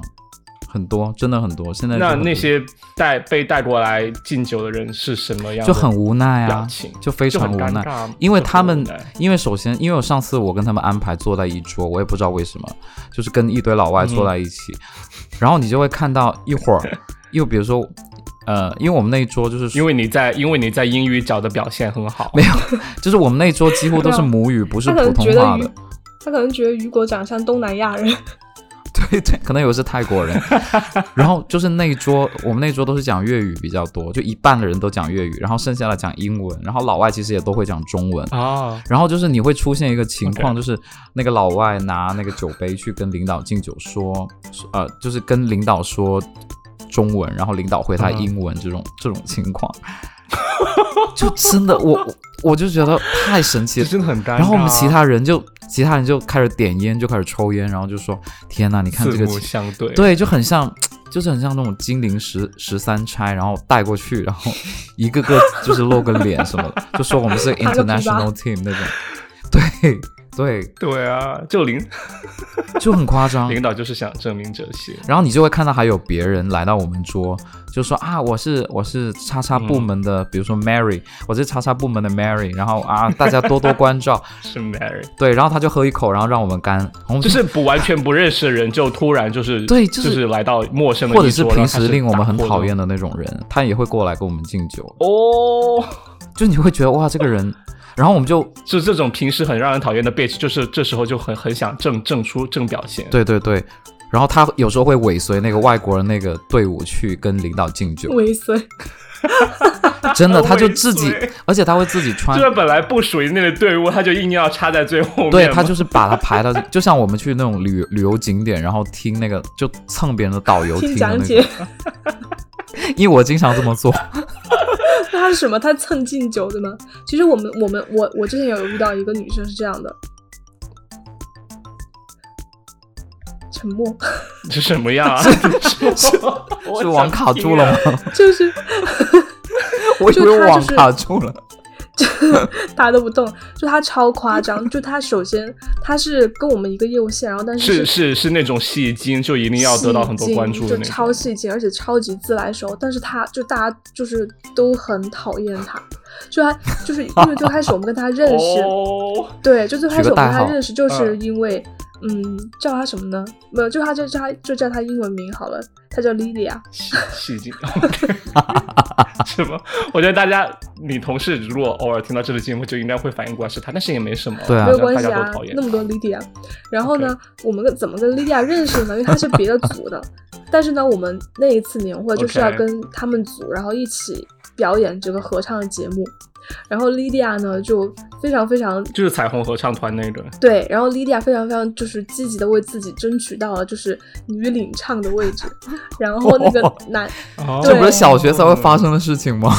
[SPEAKER 2] 很多，真的很多。现在就
[SPEAKER 1] 那
[SPEAKER 2] 很多
[SPEAKER 1] 那些带被带过来敬酒的人是什么样的？
[SPEAKER 2] 就很无奈
[SPEAKER 1] 表
[SPEAKER 2] 啊
[SPEAKER 1] 情，
[SPEAKER 2] 就非
[SPEAKER 1] 就
[SPEAKER 2] 常
[SPEAKER 1] 很
[SPEAKER 2] 无
[SPEAKER 1] 尴
[SPEAKER 2] 奈，
[SPEAKER 1] 尬，
[SPEAKER 2] 因为
[SPEAKER 1] 就很
[SPEAKER 2] 他们
[SPEAKER 1] 无奈
[SPEAKER 2] 因为首先，因为我上次我跟他们安排坐在一桌，我也不知道为什么，就是跟一堆老外坐在一起，
[SPEAKER 1] 嗯
[SPEAKER 2] 然后你就会看到一会 儿，又比如说，呃，因为我们那一桌就是
[SPEAKER 1] 因为你在因为你在英语角的表现很好，
[SPEAKER 2] 没有，就是我们那一桌几乎都是母语，不是
[SPEAKER 3] 他可
[SPEAKER 2] 普通
[SPEAKER 3] 能觉
[SPEAKER 2] 话的
[SPEAKER 3] 得雨。，他可能觉得雨果长得像东南亚人，
[SPEAKER 2] 对对，可能有的是泰国 人。然后就是那一桌，我们那一桌都是讲粤语比较多，就一半的人都讲粤语，然后剩下的讲英文，然后老外其实也都会讲中文。
[SPEAKER 1] 啊，
[SPEAKER 2] 然后就是你会出现一个情况，
[SPEAKER 1] OK
[SPEAKER 2] 就是那个老外拿那个酒杯去跟领导敬酒说，说呃，就是跟领导说中文，然后领导回他
[SPEAKER 1] 嗯
[SPEAKER 2] 英文这种、这种情况，就真的我我我就觉得太神
[SPEAKER 1] 这
[SPEAKER 2] 奇了，
[SPEAKER 1] 真的很尴尬啊。
[SPEAKER 2] 然后我们其他人就其他人就开始点烟，就开始抽烟，然后就说：“天呐，你看
[SPEAKER 1] 四
[SPEAKER 2] 这个
[SPEAKER 1] 目
[SPEAKER 2] 情，
[SPEAKER 1] 相对，
[SPEAKER 2] 对，就很像，就是很像那种金陵十十三钗，然后带过去，然后一个 个就是露个脸什么的，就说我们是
[SPEAKER 3] 个皮吧
[SPEAKER 2] international team 那种，对对，
[SPEAKER 1] 对啊，就领
[SPEAKER 2] 就很夸张。
[SPEAKER 1] 领导就是想证明这些。
[SPEAKER 2] 然后你就会看到还有别人来到我们桌，就说啊，我是我是叉叉
[SPEAKER 1] 嗯
[SPEAKER 2] 部门的，比如说 Mary，我是叉叉部门的 Mary，然后啊，大家多多关照，
[SPEAKER 1] 是 Mary，
[SPEAKER 2] 对，然后他就喝一口，然后让我们干，我们
[SPEAKER 1] 就是不完全不认识的人，就突然就是
[SPEAKER 2] 对
[SPEAKER 1] 就
[SPEAKER 2] 就是
[SPEAKER 1] 来到陌生的一
[SPEAKER 2] 或
[SPEAKER 1] 桌，
[SPEAKER 2] 者是
[SPEAKER 1] 然
[SPEAKER 2] 平
[SPEAKER 1] 后开
[SPEAKER 2] 时
[SPEAKER 1] 始
[SPEAKER 2] 令我们
[SPEAKER 1] 打
[SPEAKER 2] 很
[SPEAKER 1] 破
[SPEAKER 2] 讨
[SPEAKER 1] 这
[SPEAKER 2] 厌的那种人，他也会过来跟我们敬酒，
[SPEAKER 1] 种哦，
[SPEAKER 2] 就你会觉得哇，这个人，然后我们就
[SPEAKER 1] 就这种平时很让人讨厌的 bitch，就是这时候就很很想正正出正表现。
[SPEAKER 2] 对对对，然后他有时候会尾随那个外国人那个队伍去跟领导敬酒，
[SPEAKER 3] 尾随，
[SPEAKER 2] 真的，
[SPEAKER 1] 尾
[SPEAKER 2] 他就自己
[SPEAKER 1] 随，
[SPEAKER 2] 而且他会自己穿
[SPEAKER 1] 就。是本来不属于那个队伍，他就硬要插在最后面嘛。
[SPEAKER 2] 对他就是把他排到，就像我们去那种旅旅游景点，然后听那个就蹭别人的导游听
[SPEAKER 3] 听
[SPEAKER 2] 的
[SPEAKER 3] 讲
[SPEAKER 2] 那
[SPEAKER 3] 解
[SPEAKER 2] 种，， 因为我经常这么做。
[SPEAKER 3] 那他是什么？他蹭敬酒对吗？其实我们我们我我之前有遇到一个女生是这样的，沉默，
[SPEAKER 1] 是什么 样啊？ 我
[SPEAKER 2] 是网
[SPEAKER 1] 想
[SPEAKER 2] 卡住
[SPEAKER 1] 听
[SPEAKER 2] 了
[SPEAKER 1] 啊？
[SPEAKER 2] 吗？
[SPEAKER 3] 就是
[SPEAKER 2] 我以
[SPEAKER 3] 就
[SPEAKER 2] 为
[SPEAKER 3] 他就
[SPEAKER 2] 网
[SPEAKER 3] 是
[SPEAKER 2] 卡 住了。
[SPEAKER 1] 哦
[SPEAKER 3] 打都不动，就他超夸张，就他首先他是跟我们一个业务线，然后但
[SPEAKER 1] 是是是那种戏精，就一定要得到很多关注
[SPEAKER 3] 就
[SPEAKER 1] 的那
[SPEAKER 3] 超
[SPEAKER 1] 种。
[SPEAKER 3] 戏精，而且超级自来熟。但是他就大家就是都很讨厌他，就他就是因为最开始我们跟他认识，
[SPEAKER 1] 哦，
[SPEAKER 3] 对，就最开始
[SPEAKER 2] 取个
[SPEAKER 3] 我
[SPEAKER 2] 代
[SPEAKER 3] 跟他
[SPEAKER 2] 号
[SPEAKER 3] 认识就是
[SPEAKER 1] 嗯
[SPEAKER 3] 因为，嗯，叫他什么呢？没有，就他就叫他就叫他英文名好了，他叫 Lilia。
[SPEAKER 1] 戏 戏精。什么？我觉得大家，你同事如果偶尔听到这个节目，就应该会反应过来是他，但是也没什么，
[SPEAKER 2] 对啊
[SPEAKER 3] 没有关
[SPEAKER 1] 大
[SPEAKER 3] 系
[SPEAKER 1] 家
[SPEAKER 3] 啊
[SPEAKER 1] 都讨，厌
[SPEAKER 3] 那。么多 Lydia。然后呢我们跟怎么跟 Lydia 认识呢？因为她是别的组 的，但是呢，我们那一次年会就是要
[SPEAKER 1] OK
[SPEAKER 3] 跟他们组然后一起表演这个合唱的节目。然后 Lydia 呢就非常非常
[SPEAKER 1] 就是彩虹合唱团那个，
[SPEAKER 3] 对，然后 Lydia 非常非常就是积极的为自己争取到了就是女领唱的位置，然后那个男，
[SPEAKER 1] 哦
[SPEAKER 2] 这
[SPEAKER 3] 对
[SPEAKER 2] 不是小学才会发。生的事情吗？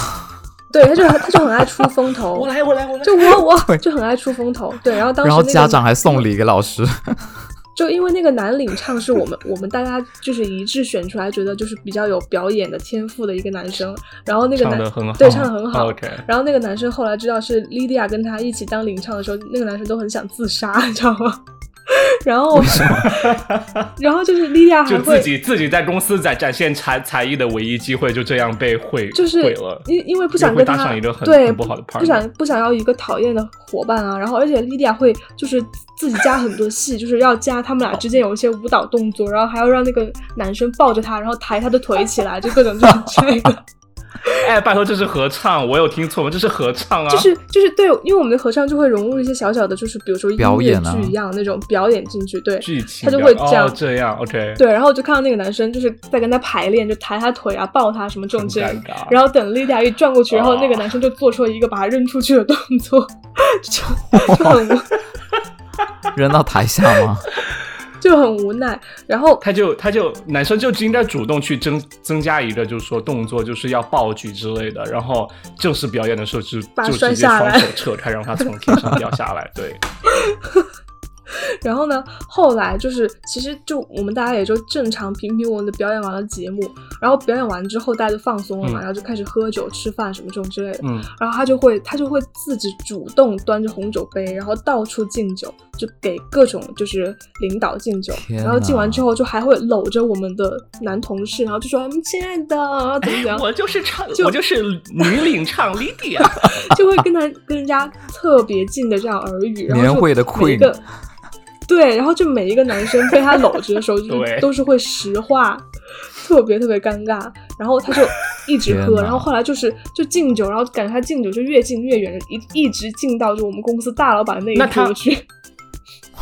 [SPEAKER 3] 对，他就很他就很爱出风头
[SPEAKER 1] 嗯我，来，我来，我来。
[SPEAKER 3] 就我我
[SPEAKER 2] 对
[SPEAKER 3] 就很爱出风头，对，然后当时
[SPEAKER 2] 然后
[SPEAKER 3] 那个
[SPEAKER 2] 家长还送礼给老师，
[SPEAKER 3] 就因为那个男领唱是我们我们大家就是一致选出来，觉得就是比较有表演的天赋的一个男生，然后那个
[SPEAKER 1] 唱
[SPEAKER 3] 男
[SPEAKER 1] 的很好，
[SPEAKER 3] 对唱的很好。
[SPEAKER 1] OK，
[SPEAKER 3] 然后那个男生后来知道是莉迪亚跟他一起当领唱的时候，那个男生都很想自杀，你知道吗？ 然后， 然后就是莉迪亚还
[SPEAKER 1] 就自
[SPEAKER 3] 会，
[SPEAKER 1] 己自己在公司展展现才才艺的唯一机会，就这样被毁
[SPEAKER 3] 就是
[SPEAKER 1] 毁了。
[SPEAKER 3] 因因为不想
[SPEAKER 1] 又会
[SPEAKER 3] 跟
[SPEAKER 1] 搭
[SPEAKER 3] 他
[SPEAKER 1] 上一个很
[SPEAKER 3] 对
[SPEAKER 1] 很不好的 partner
[SPEAKER 3] 想不想要一个讨厌的伙伴啊。然后，而且莉迪亚会就是自己加很多戏， 就是要加他们俩之间有一些舞蹈动作，然后还要让那个男生抱着她，然后抬她的腿起来，就各种这种之类 的。
[SPEAKER 1] 哎，拜托，这是合唱，我有听错吗？这是合唱啊！
[SPEAKER 3] 就是就是对，因为我们的合唱就会融入一些小小的，就是比如说音
[SPEAKER 2] 表
[SPEAKER 3] 乐
[SPEAKER 2] 演啊
[SPEAKER 3] 剧一样、那种表演进去，对。
[SPEAKER 1] 剧情
[SPEAKER 3] 他就
[SPEAKER 1] 的
[SPEAKER 3] 会这样
[SPEAKER 1] 哦、这样 OK，
[SPEAKER 3] 对，然后我就看到那个男生就是在跟他排练，就抬他腿啊、抱他什么这种
[SPEAKER 1] 很
[SPEAKER 3] 之类的
[SPEAKER 1] 尴尬。
[SPEAKER 3] 然后等莉迪亚一转过去，然后那个
[SPEAKER 1] 哦
[SPEAKER 3] 男生就做出了一个把他扔出去的动作，就就很无
[SPEAKER 2] 扔到台下吗？
[SPEAKER 3] 就很无奈。然后
[SPEAKER 1] 他就他就男生就应该主动去增增加一个，就是说动作就是要爆举之类的，然后正式表演的时候就
[SPEAKER 3] 把
[SPEAKER 1] 就
[SPEAKER 3] 摔
[SPEAKER 1] 直接
[SPEAKER 3] 下来
[SPEAKER 1] 双手扯开，让他从天上掉下来。 对，
[SPEAKER 3] 然后呢，后来就是其实就我们大家也就正常平平稳稳的表演完了节目，然后表演完之后大家就放松了嘛，
[SPEAKER 1] 嗯
[SPEAKER 3] 然后就开始喝酒、吃饭什么这种之类的。
[SPEAKER 1] 嗯，
[SPEAKER 3] 然后他就会他就会自己主动端着红酒杯，然后到处敬酒，就给各种就是领导敬酒。
[SPEAKER 2] 天
[SPEAKER 3] 然后敬完
[SPEAKER 2] 哪
[SPEAKER 3] 之后，就还会搂着我们的男同事，然后就说：“嗯亲爱的，怎么怎 么样。”
[SPEAKER 1] 就是唱
[SPEAKER 3] 就我
[SPEAKER 1] 就是女领唱 Lydia，
[SPEAKER 3] 就会跟他跟人家特别近的这样耳语，然后
[SPEAKER 2] 年会的
[SPEAKER 3] 就每一
[SPEAKER 2] queen
[SPEAKER 3] 个 对，然后就每一个男生被他搂着的时候，就
[SPEAKER 1] 对
[SPEAKER 3] 是都是会石化， 特别特别尴尬。然后他就一直
[SPEAKER 2] 天
[SPEAKER 3] 喝，
[SPEAKER 2] 哪
[SPEAKER 3] 然后后来就是就敬酒，然后感觉他敬酒就越敬越远，一一直敬到就我们公司大老板那
[SPEAKER 1] 那
[SPEAKER 3] 一
[SPEAKER 1] 他
[SPEAKER 3] 桌去。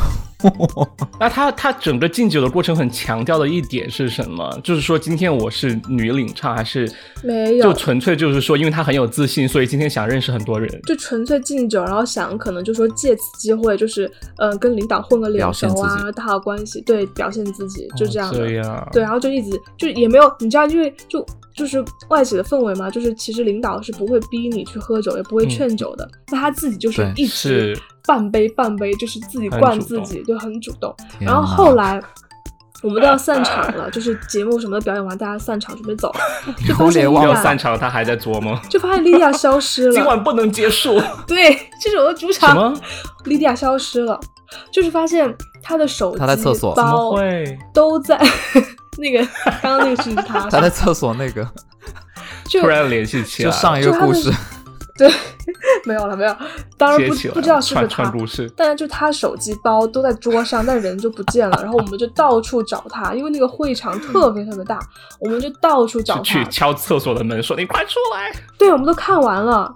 [SPEAKER 1] 那他他整个敬酒的过程很强调的一点是什么？就是说今天我是女领唱还是
[SPEAKER 3] 没有
[SPEAKER 1] 就纯粹就是说，因为他很有自信，所以今天想认识很多人。
[SPEAKER 3] 就纯粹敬酒，然后想可能就说借此机会，就是呃跟领导混个脸
[SPEAKER 2] 表
[SPEAKER 3] 熟
[SPEAKER 2] 现自己
[SPEAKER 3] 啊，打好关系，对，表现自己就这样的。
[SPEAKER 1] 哦、这样
[SPEAKER 3] 对，然啊后就一直就也没有，你知道，因为就就是外企的氛围嘛，就是其实领导是不会逼你去喝酒，也不会
[SPEAKER 1] 嗯
[SPEAKER 3] 劝酒的，那他自己就是
[SPEAKER 2] 对
[SPEAKER 3] 一直
[SPEAKER 1] 是
[SPEAKER 3] 半杯半杯，就是自己
[SPEAKER 1] 很
[SPEAKER 3] 灌
[SPEAKER 1] 主
[SPEAKER 3] 自
[SPEAKER 1] 动
[SPEAKER 3] 己，就很主动。
[SPEAKER 2] 天
[SPEAKER 3] 然后
[SPEAKER 2] 哪
[SPEAKER 3] 后来。我们 都要散场了，就是节目什么表演完，大家散场准 备走，就
[SPEAKER 2] 流
[SPEAKER 3] 发现
[SPEAKER 2] 连
[SPEAKER 3] 莉
[SPEAKER 2] 忘
[SPEAKER 1] 要
[SPEAKER 3] 亚
[SPEAKER 1] 散场，他还在琢磨，
[SPEAKER 3] 就发现莉莉亚消 失
[SPEAKER 1] 今
[SPEAKER 3] 了。
[SPEAKER 1] 晚不能结束。
[SPEAKER 3] 对，这是我的主
[SPEAKER 1] 什
[SPEAKER 3] 场。
[SPEAKER 1] 么？
[SPEAKER 3] 莉莉亚消失了，就是发现她的手机、
[SPEAKER 2] 她在厕所
[SPEAKER 1] 怎么
[SPEAKER 3] 包
[SPEAKER 1] 会？
[SPEAKER 3] 都在 那个刚刚那个 是她，
[SPEAKER 2] 他在厕所那个，
[SPEAKER 3] 就
[SPEAKER 1] 突然联系起来
[SPEAKER 2] 就
[SPEAKER 1] 了，
[SPEAKER 2] 上一个
[SPEAKER 3] 就他
[SPEAKER 2] 故
[SPEAKER 3] 们
[SPEAKER 2] 事，
[SPEAKER 3] 没有了没有，当然
[SPEAKER 1] 接
[SPEAKER 3] 不
[SPEAKER 1] 起来了，
[SPEAKER 3] 不知道是不是
[SPEAKER 1] 串
[SPEAKER 3] 她
[SPEAKER 1] 串，故事。
[SPEAKER 3] 但是就他手机包都在桌上，但人就不见了。然后我们就到处找他，因为那个会场特别特别大，我们就到处找
[SPEAKER 1] 就去
[SPEAKER 3] 他。
[SPEAKER 1] 敲厕所的门，说：“你快出来
[SPEAKER 3] 对，我们都看完了，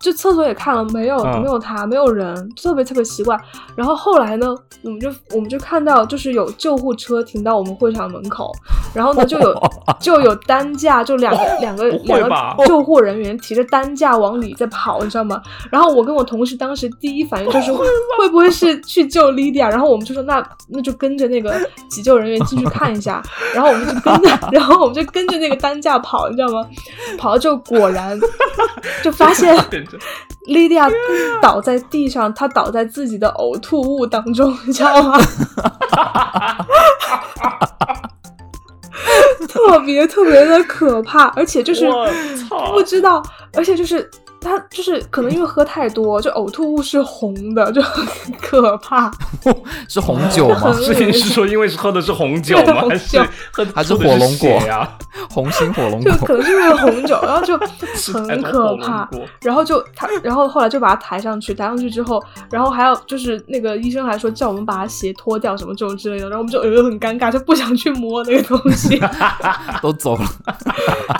[SPEAKER 3] 就厕所也看了，没有、
[SPEAKER 1] 嗯
[SPEAKER 3] 没有他，没有人，特别特别奇怪。然后后来呢，我们就我们就看到就是有救护车停到我们会场门口，然后呢就有就有担架，就两个两个
[SPEAKER 1] 不会
[SPEAKER 3] 两
[SPEAKER 1] 吧
[SPEAKER 3] 个救护人员提着担架往里在跑，你知道吗？然后我跟我同事当时第一反应就是会不会是去救 Lydia，然后我们就说那那就跟着那个急救人员进去看一下，然后我们就跟着， 然后我们就跟着那个担架跑，你知道吗？跑到就果然就发现！”
[SPEAKER 1] 跟着
[SPEAKER 3] 莉莉亚倒在地上，她倒在自己的呕吐物当中，你知道吗？特别特别的可怕，而且就是
[SPEAKER 1] 我操
[SPEAKER 3] 不知道，而且就是她就是可能因为喝太多，就呕吐物是红的，就很可怕。
[SPEAKER 2] 是红酒吗？
[SPEAKER 3] 很
[SPEAKER 1] 是你是说因为是喝的是红 酒吗？
[SPEAKER 3] 对
[SPEAKER 1] 还是喝
[SPEAKER 2] 还是
[SPEAKER 3] 红酒
[SPEAKER 1] 出的
[SPEAKER 2] 火龙果
[SPEAKER 1] 血啊呀？
[SPEAKER 2] 红心火龙
[SPEAKER 3] 就
[SPEAKER 2] 果
[SPEAKER 3] 可能是那个红酒，然后就
[SPEAKER 1] 是
[SPEAKER 3] 很可怕
[SPEAKER 1] 火龙果。
[SPEAKER 3] 然后就 他，然后后来就把他抬上去，抬上去之后，然后还有就是那个医生还说叫我们把他鞋脱掉什么这种之类的，然后我们就呃很尴尬，就不想去摸那个东 西。
[SPEAKER 2] 都走了，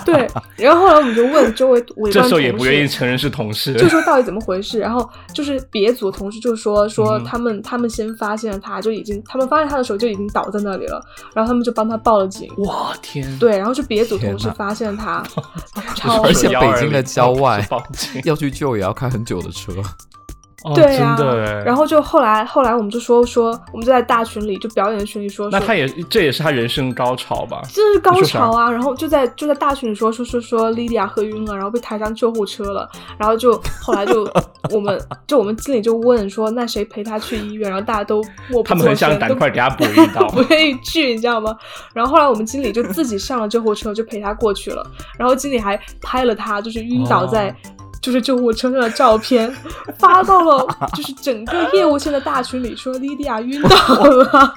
[SPEAKER 3] 对，然后后来我们就问周围围观
[SPEAKER 1] 这时候
[SPEAKER 3] 同
[SPEAKER 1] 也不愿意
[SPEAKER 3] 事
[SPEAKER 1] 承认是同事，
[SPEAKER 3] 就说到底怎么回事？然后就是别组同事就说说
[SPEAKER 1] 嗯
[SPEAKER 3] 他们、他们先发现了他就已经，他们发现他的时候就已经倒在那里了，然后他们就帮他报了警。
[SPEAKER 1] 我天，
[SPEAKER 3] 对，然后是别组
[SPEAKER 2] 天
[SPEAKER 3] 同事
[SPEAKER 2] 哪
[SPEAKER 3] 发 现他，
[SPEAKER 1] 就是
[SPEAKER 3] 超
[SPEAKER 2] 而且
[SPEAKER 1] 120
[SPEAKER 2] 北京的郊外
[SPEAKER 1] 报警，
[SPEAKER 2] 要去救也要开很久的车，
[SPEAKER 1] 哦
[SPEAKER 3] 对呀、
[SPEAKER 1] 真的哎。
[SPEAKER 3] 然后就后来后来我们就说说，我们就在大群里就表演群里说说，
[SPEAKER 1] 那他也这也是他人生高潮吧？
[SPEAKER 3] 这是高潮啊！然后就在就在大群里说说说说莉莉亚喝晕了，然后被抬上救护车了，然后就后来就我们就我们经理就问说，那谁陪她去医院？然后大家都默不
[SPEAKER 1] 他
[SPEAKER 3] 作声，
[SPEAKER 1] 们很想赶
[SPEAKER 3] 都
[SPEAKER 1] 快给他补一 刀
[SPEAKER 3] 不愿意去，你知道吗？然后后来我们经理就自己上了救护车，就陪她过去了。然后经理还拍了她，就是晕倒在
[SPEAKER 1] 哦
[SPEAKER 3] 就是救护车上的 照片，发到了就是整个业务线的大群里，说莉莉亚晕倒 了。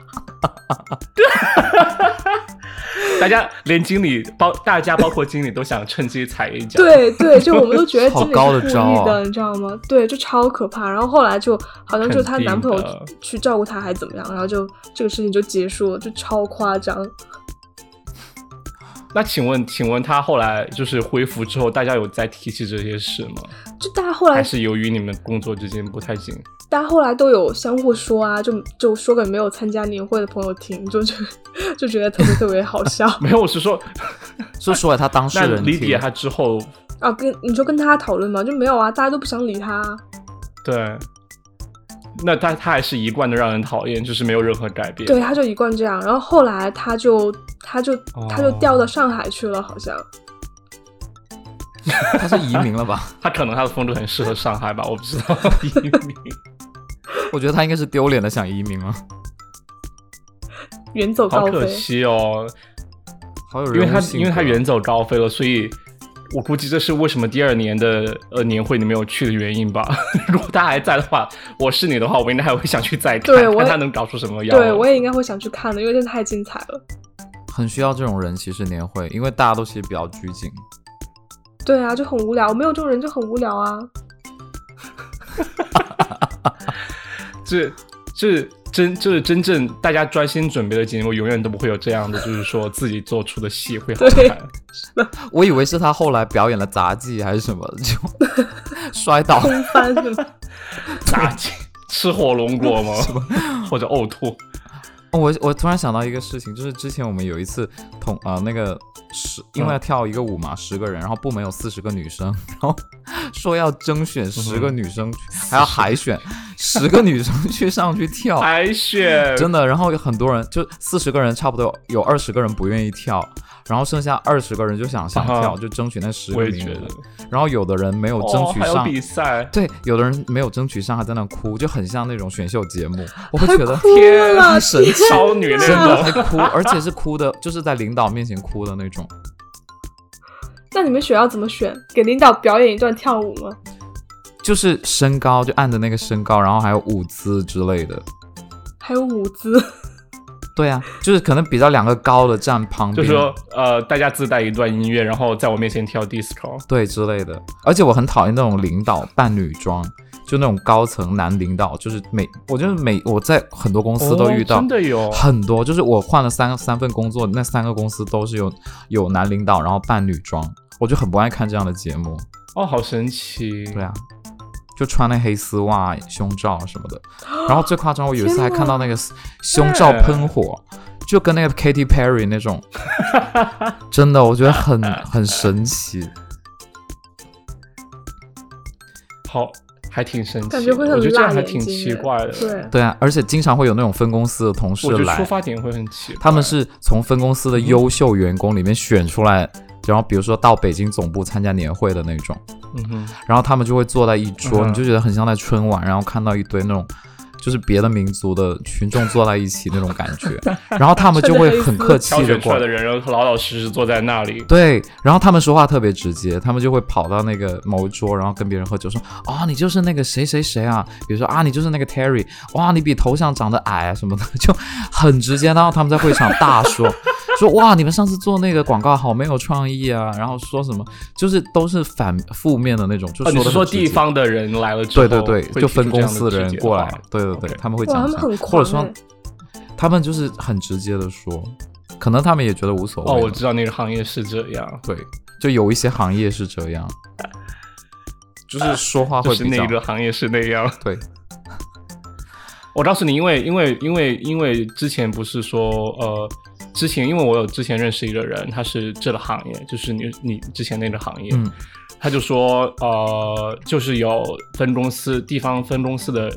[SPEAKER 1] 大家连经理包，大家包括经理都想趁机踩一脚。，
[SPEAKER 3] 对对，就我们都觉得
[SPEAKER 2] 好
[SPEAKER 3] 经理
[SPEAKER 2] 高的
[SPEAKER 3] 是故
[SPEAKER 2] 招
[SPEAKER 3] 意
[SPEAKER 2] 啊
[SPEAKER 3] 的，你知道吗？对，就超可怕。然后后来就好像就她
[SPEAKER 1] 肯定
[SPEAKER 3] 男朋友
[SPEAKER 1] 的
[SPEAKER 3] 去照顾她还怎么样，然后就这个事情就结束了，就超夸张。
[SPEAKER 1] 那请问，请问他后来就是恢复之后，大家有再提起这些事吗？
[SPEAKER 3] 就大家后来
[SPEAKER 1] 还是由于你们工作之间不太近？
[SPEAKER 3] 大家后来都有相互说啊，就就说给没有参加年会的朋友听，就就就觉得特别特别好笑
[SPEAKER 1] 没有，我是说，
[SPEAKER 2] 就说了他当事
[SPEAKER 1] 那
[SPEAKER 2] 人
[SPEAKER 1] 理
[SPEAKER 2] 听
[SPEAKER 1] 解，他之后，
[SPEAKER 3] 啊。跟你说跟他讨论嘛，就没有啊，大家都不想理他啊、
[SPEAKER 1] 对，那他他还是一贯的让人讨厌，就是没有任何改变。
[SPEAKER 3] 对，他就一贯这样。然后后来他就他就他就
[SPEAKER 1] 哦
[SPEAKER 3] 调到上海去了，好像。
[SPEAKER 2] 他是移民了吧？
[SPEAKER 1] 他可能他的风格很适合上海吧，我不知 道。
[SPEAKER 2] 我觉得他应该是丢脸的想移民了，
[SPEAKER 3] 远走
[SPEAKER 1] 好
[SPEAKER 3] 高
[SPEAKER 1] 可
[SPEAKER 3] 飞，
[SPEAKER 1] 惜哦，
[SPEAKER 2] 好有人
[SPEAKER 1] 因为他
[SPEAKER 2] 物性格啊
[SPEAKER 1] 因为他远走高飞了，所以我估计这是为什么第二年的呃年会你没有去的原因吧。 如果他还在的话，我是你的话，我应该还会想去再看，
[SPEAKER 3] 对我也
[SPEAKER 1] 看他能搞出什么样来。
[SPEAKER 3] 对我也应该会想去看的，因为真的太精彩了。
[SPEAKER 2] 很需要这种人，其实年会，因为大家都其实比较拘谨，
[SPEAKER 3] 对啊，就很无聊，没有这种人就很无聊啊。
[SPEAKER 1] 这这真这真正大家专心准备的节目，永远都不会有这样的，就是说自己做出的戏会好
[SPEAKER 3] 对
[SPEAKER 1] 看。
[SPEAKER 2] 我以为是他后来表演了杂技还是什么，就 摔倒
[SPEAKER 3] 空翻什么？
[SPEAKER 1] 打击吃火龙果吗？或者呕吐？
[SPEAKER 2] 我我突然想到一个事情，就是之前我们有一次同呃那个十，因
[SPEAKER 1] 嗯
[SPEAKER 2] 为要跳一个舞嘛，十个人，然后部门有
[SPEAKER 1] 嗯
[SPEAKER 2] 四十个女生，然后说要征选十个女生，还要海选，十个女生去上去跳，
[SPEAKER 1] 海选
[SPEAKER 2] 真的。然后有很多人就四十个人，差不多有二十个人不愿意跳，然后剩下二十个人就想想跳，
[SPEAKER 1] 啊
[SPEAKER 2] 就争取那十
[SPEAKER 1] 我
[SPEAKER 2] 个
[SPEAKER 1] 也
[SPEAKER 2] 名
[SPEAKER 1] 觉得
[SPEAKER 2] 额。然后有的人没有争取
[SPEAKER 1] 哦、还有
[SPEAKER 2] 上，
[SPEAKER 1] 比赛，
[SPEAKER 2] 对，有的人没有争取上，还在那哭，就很像那种选秀节目。我会觉得
[SPEAKER 3] 哭
[SPEAKER 1] 天
[SPEAKER 3] 了，
[SPEAKER 2] 太神
[SPEAKER 3] 天
[SPEAKER 2] 奇
[SPEAKER 1] 超女
[SPEAKER 2] 真的
[SPEAKER 1] 那
[SPEAKER 2] 还
[SPEAKER 1] 种，
[SPEAKER 2] 哭，而且是哭的，就是在领导面前哭的那种。
[SPEAKER 3] 那你们学校怎么选？给领导表演一段跳舞吗？
[SPEAKER 2] 就是身高，就按着那个身高，然后还有舞姿之类的。
[SPEAKER 3] 还有舞姿，
[SPEAKER 2] 对啊，就是可能比较两个高的站旁
[SPEAKER 1] 就
[SPEAKER 2] 边，
[SPEAKER 1] 说呃，大家自带一段音乐，然后在我面前跳 disco。
[SPEAKER 2] 对之类的。而且我很讨厌那种领导扮女装，就那种高层男领导，就是每我就是每我在很多公司都遇到，
[SPEAKER 1] 哦真的有
[SPEAKER 2] 很多，就是我换了三三份工作，那三个公司都是有有男领导，然后扮女装，我就很不爱看这样的节目。
[SPEAKER 1] 哦，好神奇！
[SPEAKER 2] 对啊，就穿那黑丝袜、胸罩什么的。然后最夸张，我有一次还看到那个胸罩喷火，就跟那个 Katy Perry 那种， 真的，我觉 得很很神奇。
[SPEAKER 1] 好，还挺神奇的，
[SPEAKER 3] 感觉会很
[SPEAKER 1] 我觉得这样
[SPEAKER 3] 辣
[SPEAKER 1] 还
[SPEAKER 3] 眼
[SPEAKER 1] 挺
[SPEAKER 3] 睛
[SPEAKER 1] 奇
[SPEAKER 3] 的
[SPEAKER 1] 怪的。，
[SPEAKER 3] 对，
[SPEAKER 2] 对啊，而且经常会有那种分公司的同事
[SPEAKER 1] 我觉得出嗯
[SPEAKER 2] 来，
[SPEAKER 1] 发点会很奇怪。
[SPEAKER 2] 他们是从分公司的优秀员工里面选出来，然后比如说到北京总部参加年会的那种。
[SPEAKER 1] 嗯哼，
[SPEAKER 2] 然后他们就会坐在一桌，
[SPEAKER 1] 嗯
[SPEAKER 2] 你就觉得很像在春晚，然后看到一堆那种就是别的民族的群众坐在一起那种感觉，然后他们就会很客
[SPEAKER 1] 挑
[SPEAKER 2] 气的
[SPEAKER 1] 选出
[SPEAKER 2] 过
[SPEAKER 1] 来
[SPEAKER 2] 来
[SPEAKER 1] 的，人，然后老老实实坐在那里。
[SPEAKER 2] 对，然后他们说话特别直接，他们就会跑到那个某一桌，然后跟别人喝酒说啊、你就是那个谁谁谁啊，比如说啊你就是那个 Terry，哇你比头像长得矮啊什么的，就很直接，然后他们在会场大说。 说哇，你们上次做那个广告好没有创意啊，然后说什么就是都是反负面的那种，就
[SPEAKER 1] 哦，你
[SPEAKER 2] 的、
[SPEAKER 1] 是说地方的人来了之后，
[SPEAKER 2] 对对对，
[SPEAKER 1] 会
[SPEAKER 2] 就
[SPEAKER 1] 提
[SPEAKER 2] 分
[SPEAKER 1] 出这
[SPEAKER 2] 公
[SPEAKER 1] 样的
[SPEAKER 2] 司的
[SPEAKER 1] 直
[SPEAKER 2] 人
[SPEAKER 1] 接
[SPEAKER 2] 过
[SPEAKER 1] 话
[SPEAKER 2] 来，对对对，
[SPEAKER 1] OK
[SPEAKER 2] 他们会
[SPEAKER 3] 哇，
[SPEAKER 2] 讲
[SPEAKER 3] 他
[SPEAKER 2] 这
[SPEAKER 3] 们
[SPEAKER 2] 样，
[SPEAKER 3] 很
[SPEAKER 2] 或
[SPEAKER 3] 狂
[SPEAKER 2] 者说
[SPEAKER 3] 哎
[SPEAKER 2] 他们就是很直接的说，可能他们也觉得无所谓
[SPEAKER 1] 哦，
[SPEAKER 2] 了。
[SPEAKER 1] 我知道那个行业是这样，
[SPEAKER 2] 对，就有一些行业是这样，就是说话
[SPEAKER 1] 就
[SPEAKER 2] 会
[SPEAKER 1] 是
[SPEAKER 2] 比
[SPEAKER 1] 那
[SPEAKER 2] 较
[SPEAKER 1] 一个行业是那样。
[SPEAKER 2] 对，
[SPEAKER 1] 我告诉你，因为因为因为因为之前不是说呃，之前因为我有之前认识一个人，他是这个行业，就是你你之前那个行业，
[SPEAKER 2] 嗯
[SPEAKER 1] 他就说呃，就是有分公司地方分公司的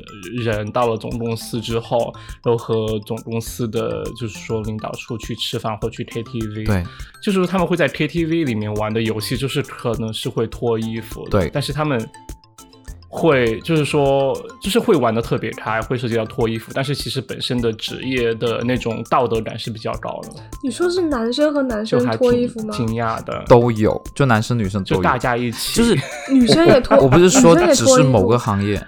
[SPEAKER 1] 人到了总公司之后，都和总公司的就是说领导出去吃饭或去 KTV，
[SPEAKER 2] 对，
[SPEAKER 1] 就是说他们会在 KTV 里面玩的游戏，就是可能是会脱衣服的，
[SPEAKER 2] 对
[SPEAKER 1] 但是他们会就是说就是会玩的特别开，会涉及到脱衣服，但是其实本身的职业的那种道德感是比较高的，
[SPEAKER 3] 你说是男生和男
[SPEAKER 1] 就
[SPEAKER 3] 生
[SPEAKER 1] 还
[SPEAKER 3] 嗯脱衣
[SPEAKER 1] 挺
[SPEAKER 3] 服吗？
[SPEAKER 1] 惊讶的，
[SPEAKER 2] 都有，就男生女生都
[SPEAKER 1] 就
[SPEAKER 2] 有，
[SPEAKER 1] 大家一起
[SPEAKER 2] 就是
[SPEAKER 3] 女生也脱，
[SPEAKER 2] 我不是说
[SPEAKER 3] 女生也
[SPEAKER 2] 只
[SPEAKER 3] 脱
[SPEAKER 2] 是
[SPEAKER 3] 衣服
[SPEAKER 2] 某个行业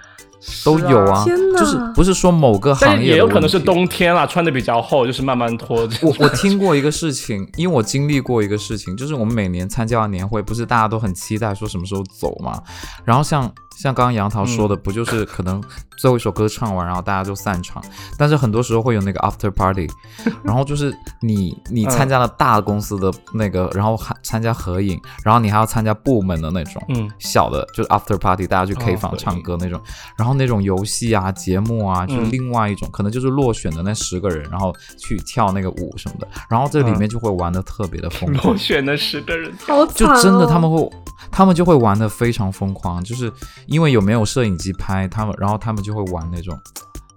[SPEAKER 2] 都有啊，
[SPEAKER 3] 天哪
[SPEAKER 2] 就是不是说某个
[SPEAKER 1] 但
[SPEAKER 2] 行
[SPEAKER 1] 是
[SPEAKER 2] 业
[SPEAKER 1] 也
[SPEAKER 2] 的
[SPEAKER 1] 有可能
[SPEAKER 2] 问
[SPEAKER 1] 是
[SPEAKER 2] 题
[SPEAKER 1] 冬天啦，穿的比较厚，就是慢慢脱。
[SPEAKER 2] 我我 听过一个事情，因为我经历过一个事情，就是我们每年参加完年会，不是大家都很期待说什么时候走嘛？然后像像刚刚杨桃说的，
[SPEAKER 1] 嗯
[SPEAKER 2] 不就是可能最后一首歌唱完，然后大家就散场，但是很多时候会有那个 after party，然后就是你你
[SPEAKER 1] 嗯
[SPEAKER 2] 参加了大公司的那个，然后还参加合影，然后你还要参加部门的那种，
[SPEAKER 1] 嗯，
[SPEAKER 2] 小的，就是 after party，大家去 K
[SPEAKER 1] 哦
[SPEAKER 2] 房
[SPEAKER 1] 合
[SPEAKER 2] 唱
[SPEAKER 1] 影
[SPEAKER 2] 歌那种，然后那种游戏啊、节目啊，就是
[SPEAKER 1] 嗯
[SPEAKER 2] 另外一种，可能就是落选的那十个人，然后去跳那个舞什么的，然后这里面就会玩的特别的疯
[SPEAKER 1] 我
[SPEAKER 2] 狂，
[SPEAKER 1] 嗯选的十个人，
[SPEAKER 3] 好惨
[SPEAKER 2] 就
[SPEAKER 3] 哦、
[SPEAKER 2] 真的他们会，他们就会玩的非常疯狂，就是因为有没有摄影机拍他们，然后他们就会玩那种。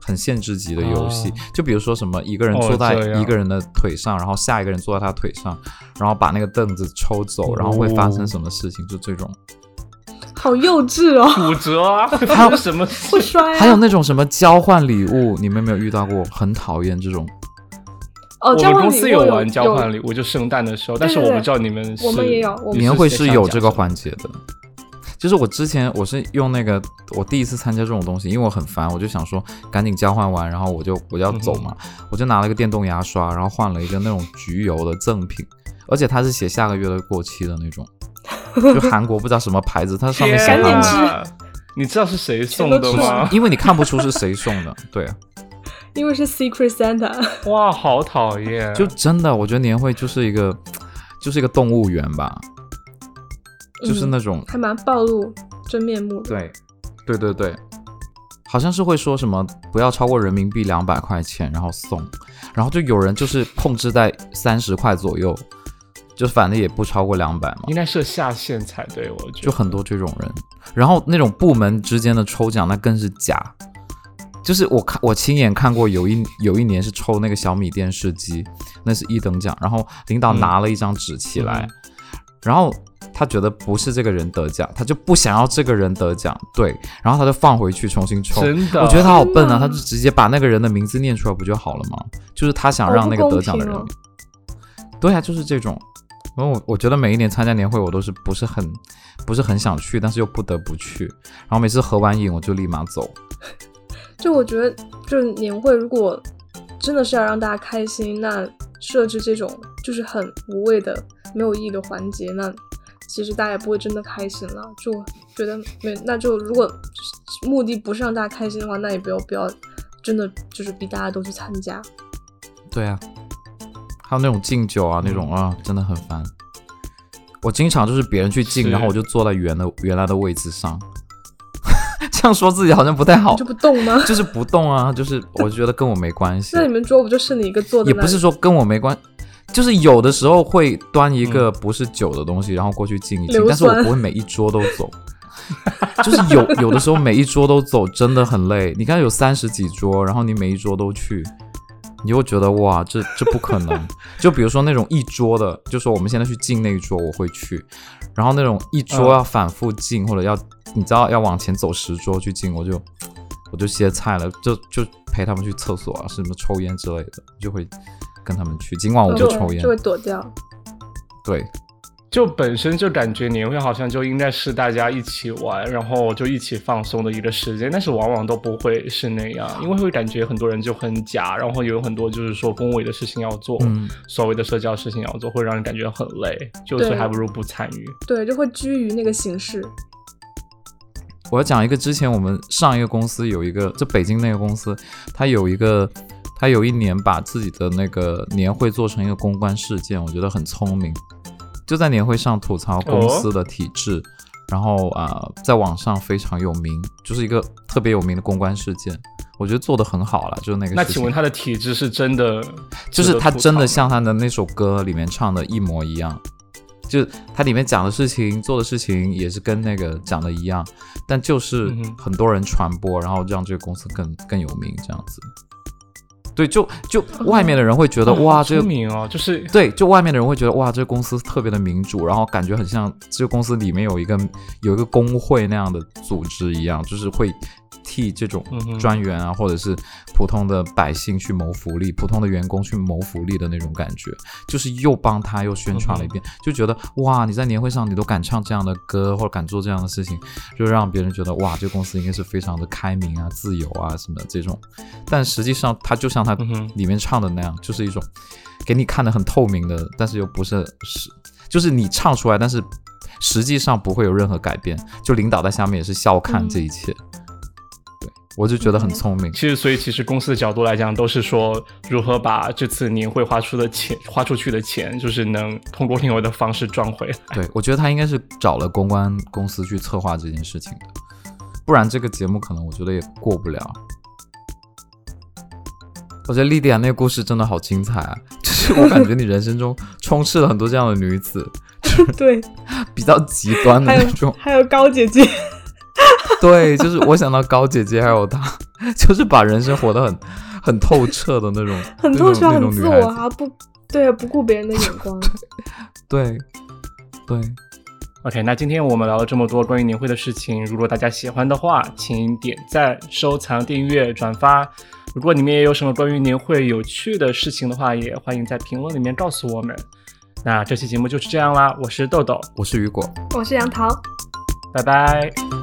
[SPEAKER 2] 很限制级的游戏，
[SPEAKER 1] 哦
[SPEAKER 2] 就比如说什么一个人
[SPEAKER 1] 哦
[SPEAKER 2] 坐在
[SPEAKER 1] 这样
[SPEAKER 2] 一个人的腿上，然后下一个人坐在他腿上，然后把那个凳子抽走，然后会发生
[SPEAKER 1] 哦
[SPEAKER 2] 什么事情，就这种。
[SPEAKER 3] 好幼稚哦，
[SPEAKER 1] 骨折 啊，会发生 什么事？
[SPEAKER 3] 会摔、啊。
[SPEAKER 2] 还有那种什么交换礼物，你们有没有遇到过？很讨厌这种。
[SPEAKER 3] 哦，
[SPEAKER 1] 我
[SPEAKER 3] 交
[SPEAKER 1] 们
[SPEAKER 3] 换
[SPEAKER 1] 公
[SPEAKER 3] 礼物
[SPEAKER 1] 司
[SPEAKER 3] 有
[SPEAKER 1] 玩交换
[SPEAKER 3] 礼，
[SPEAKER 1] 礼物，就圣诞的时候，但
[SPEAKER 3] 对
[SPEAKER 1] 是
[SPEAKER 3] 对
[SPEAKER 1] 我
[SPEAKER 3] 对
[SPEAKER 1] 不知道你们是
[SPEAKER 3] 我们也有我们
[SPEAKER 2] 年会是有这个
[SPEAKER 1] 环
[SPEAKER 2] 环节的，就是我之前我是用那个，我第一次参加这种东西，因为我很烦，我就想说赶紧交换完，然后我就我就要走嘛，我就拿了个电动牙刷，然后换了一个那种焗油的赠品，而且它是写下个月的过期的那种，就韩国不知道什么牌子，它上面写
[SPEAKER 3] 赶
[SPEAKER 2] 韩
[SPEAKER 1] 啊
[SPEAKER 3] 紧
[SPEAKER 2] 文。
[SPEAKER 3] 吃
[SPEAKER 1] 你知道是谁送
[SPEAKER 3] 全
[SPEAKER 1] 的
[SPEAKER 3] 都吃
[SPEAKER 1] 吗
[SPEAKER 3] 完？
[SPEAKER 2] 因为你看不出是谁送的，对，
[SPEAKER 3] 因为是 Secret Santa，
[SPEAKER 1] 哇，好讨厌！
[SPEAKER 2] 就真的，我觉得年会就是一个，就是一个动物园吧，就是
[SPEAKER 3] 嗯
[SPEAKER 2] 那种
[SPEAKER 3] 还蛮暴露真面目的。
[SPEAKER 2] 对，对对对，好像是会说什么不要超过人民币两百块钱，然后送，然后就有人就是控制在三十块左右，就反正也不超过两百嘛
[SPEAKER 1] 应，该设下限才对，我觉得
[SPEAKER 2] 就很多这种人。然后那种部门之间的抽奖那更是假，就是我看我亲眼看过有一有一年是抽那个小米电视机，那是一等奖，然后领导
[SPEAKER 1] 嗯
[SPEAKER 2] 拿了一张纸起来，
[SPEAKER 1] 嗯
[SPEAKER 2] 然后他觉得不是这个人得奖，他就不想要这个人得奖，对，然后他就放回去重新抽。
[SPEAKER 1] 真的，
[SPEAKER 2] 我觉得他好笨
[SPEAKER 3] 天
[SPEAKER 2] 啊，
[SPEAKER 3] 哪
[SPEAKER 2] 他就直接把那个人的名字念出来不就好了吗？就是他想让那个得奖的人
[SPEAKER 3] 哦好不公。
[SPEAKER 2] 对啊，就是这种。然后我我觉得每一年参加年会，我都是不是很不是很想去，但是又不得不去。然后每次合完影，我就立马走。
[SPEAKER 3] 就我觉得，就是年会如果真的是要让大家开心，那设置这种就是很无谓的、没有意义的环节，那其实大家也不会真的开心了。就觉得没，那就如果目的不是让大家开心的话，那也不要不要真的就是逼大家都去参加。
[SPEAKER 2] 对啊，还有那种敬酒啊，那种啊，真的很烦。我经常就是别人去敬，
[SPEAKER 1] 是
[SPEAKER 2] 然后我就坐在原的原来的位置上， 这样说自己好像不太好
[SPEAKER 3] 你就，不动吗？
[SPEAKER 2] 就是不动啊，就是我觉得跟我没关系。
[SPEAKER 3] 那你们桌不就剩你一个坐在
[SPEAKER 2] 也
[SPEAKER 3] 那里？
[SPEAKER 2] 不是说跟我没关，就是有的时候会端一个不是酒的东西，然后过去敬一敬，
[SPEAKER 3] 硫
[SPEAKER 2] 但是我
[SPEAKER 3] 酸
[SPEAKER 2] 不会每一桌都走。 就是有有的时候每一桌都走真的很累，你看有三十几桌，然后你每一桌都去，你就会觉得哇，这这不可能。就比如说那种一桌的，就说我们现在去敬那一桌，我会去，然后那种一桌
[SPEAKER 1] 嗯
[SPEAKER 2] 要反复敬、或者要你知道要往前走十桌去敬，我就我就歇菜了，就就陪他们去厕所啊，什么抽烟之类的，就会跟他们去。今晚我就抽烟
[SPEAKER 3] 嗯就，会躲掉。
[SPEAKER 2] 对，
[SPEAKER 1] 就本身就感觉年会好像就应该是大家一起玩，然后就一起放松的一个时间，但是往往都不会是那样，
[SPEAKER 2] 嗯
[SPEAKER 1] 因为会感觉很多人就很假，然后也有很多就是说恭维的事情要做，
[SPEAKER 2] 嗯，
[SPEAKER 1] 所谓的社交事情要做，会让人感觉很累，就是
[SPEAKER 3] 对
[SPEAKER 1] 还不如不参与。
[SPEAKER 3] 对，就会居于那个形式。
[SPEAKER 2] 我要讲一个，之前我们上一个公司有一个，就北京那个公司，它有一个，它有一年把自己的那个年会做成一个公关事件，我觉得很聪明，就在年会上吐槽公司的体制，
[SPEAKER 1] 哦
[SPEAKER 2] 然后啊、呃在网上非常有名，就是一个特别有名的公关事件，我觉得做的很好了，就是那个事情。
[SPEAKER 1] 那请问他的体质是真的，
[SPEAKER 2] 就是他真的
[SPEAKER 1] 像。
[SPEAKER 2] 像他的那首歌里面唱的一模一样，就他里面讲的事情、做的事情也是跟那个讲的一样，但就是
[SPEAKER 1] 嗯哼
[SPEAKER 2] 很多人传播，然后让这个公司更更有名这样子。对，就就外面的人会觉得、哇，
[SPEAKER 1] 哦好
[SPEAKER 2] 这个
[SPEAKER 1] 聪明哦，就是
[SPEAKER 2] 对，就外面的人会觉得哇，这个公司特别的民主，然后感觉很像这个公司里面有一个有一个工会那样的组织一样，就是会替这种
[SPEAKER 1] 嗯哼
[SPEAKER 2] 专员啊，或者是普通的百姓去谋福利，普通的员工去谋福利的那种感觉，就是又帮他又宣
[SPEAKER 1] 嗯
[SPEAKER 2] 传了一遍，就觉得哇，你在年会上你都敢唱这样的歌，或者敢做这样的事情，就让别人觉得哇，这个公司应该是非常的开明啊、自由啊什么的这种。但实际上，它就像它
[SPEAKER 1] 嗯哼
[SPEAKER 2] 里面唱的那样，就是一种给你看的很透明的，但是又不是是，就是你唱出来，但是实际上不会有任何改变。就领导在下面也是笑看
[SPEAKER 3] 嗯
[SPEAKER 2] 这一切。对，我就觉得很聪明。
[SPEAKER 1] 其实，所以其实公司的角度来讲，都是说如何把这次年会花出的钱，花出去的钱，就是能通过另外的方式赚回来。
[SPEAKER 2] 对，我觉得他应该是找了公关公司去策划这件事情的，不然这个节目可能我觉得也过不了。我觉得莉迪亚那个故事真的好精彩啊！就是我感觉你人生中充斥了很多这样的女子，
[SPEAKER 3] 对，
[SPEAKER 2] 比较极端的
[SPEAKER 3] 还有
[SPEAKER 2] 那种。
[SPEAKER 3] 还有高姐姐，
[SPEAKER 2] 对，就是我想到高姐姐还有她， 就是把人生活得很很透彻的那种，
[SPEAKER 3] 很
[SPEAKER 2] 那
[SPEAKER 3] 透
[SPEAKER 2] 种
[SPEAKER 3] 彻，
[SPEAKER 2] 那
[SPEAKER 3] 很
[SPEAKER 2] 种女
[SPEAKER 3] 自
[SPEAKER 2] 孩
[SPEAKER 3] 我
[SPEAKER 2] 子。
[SPEAKER 3] 啊，不对，不顾别人的眼 光。
[SPEAKER 2] 对，对，
[SPEAKER 1] OK，那今天我们聊了这么多关于年会的事情，如果大家喜欢的话，请点赞、收藏、订阅、转发。如果你们也有什么关于年会有趣的事情的话，也欢迎在评论里面告诉我们。那这期节目就是这样啦，我是豆豆，
[SPEAKER 2] 我是雨果。
[SPEAKER 3] 我是杨桃。
[SPEAKER 1] 拜拜。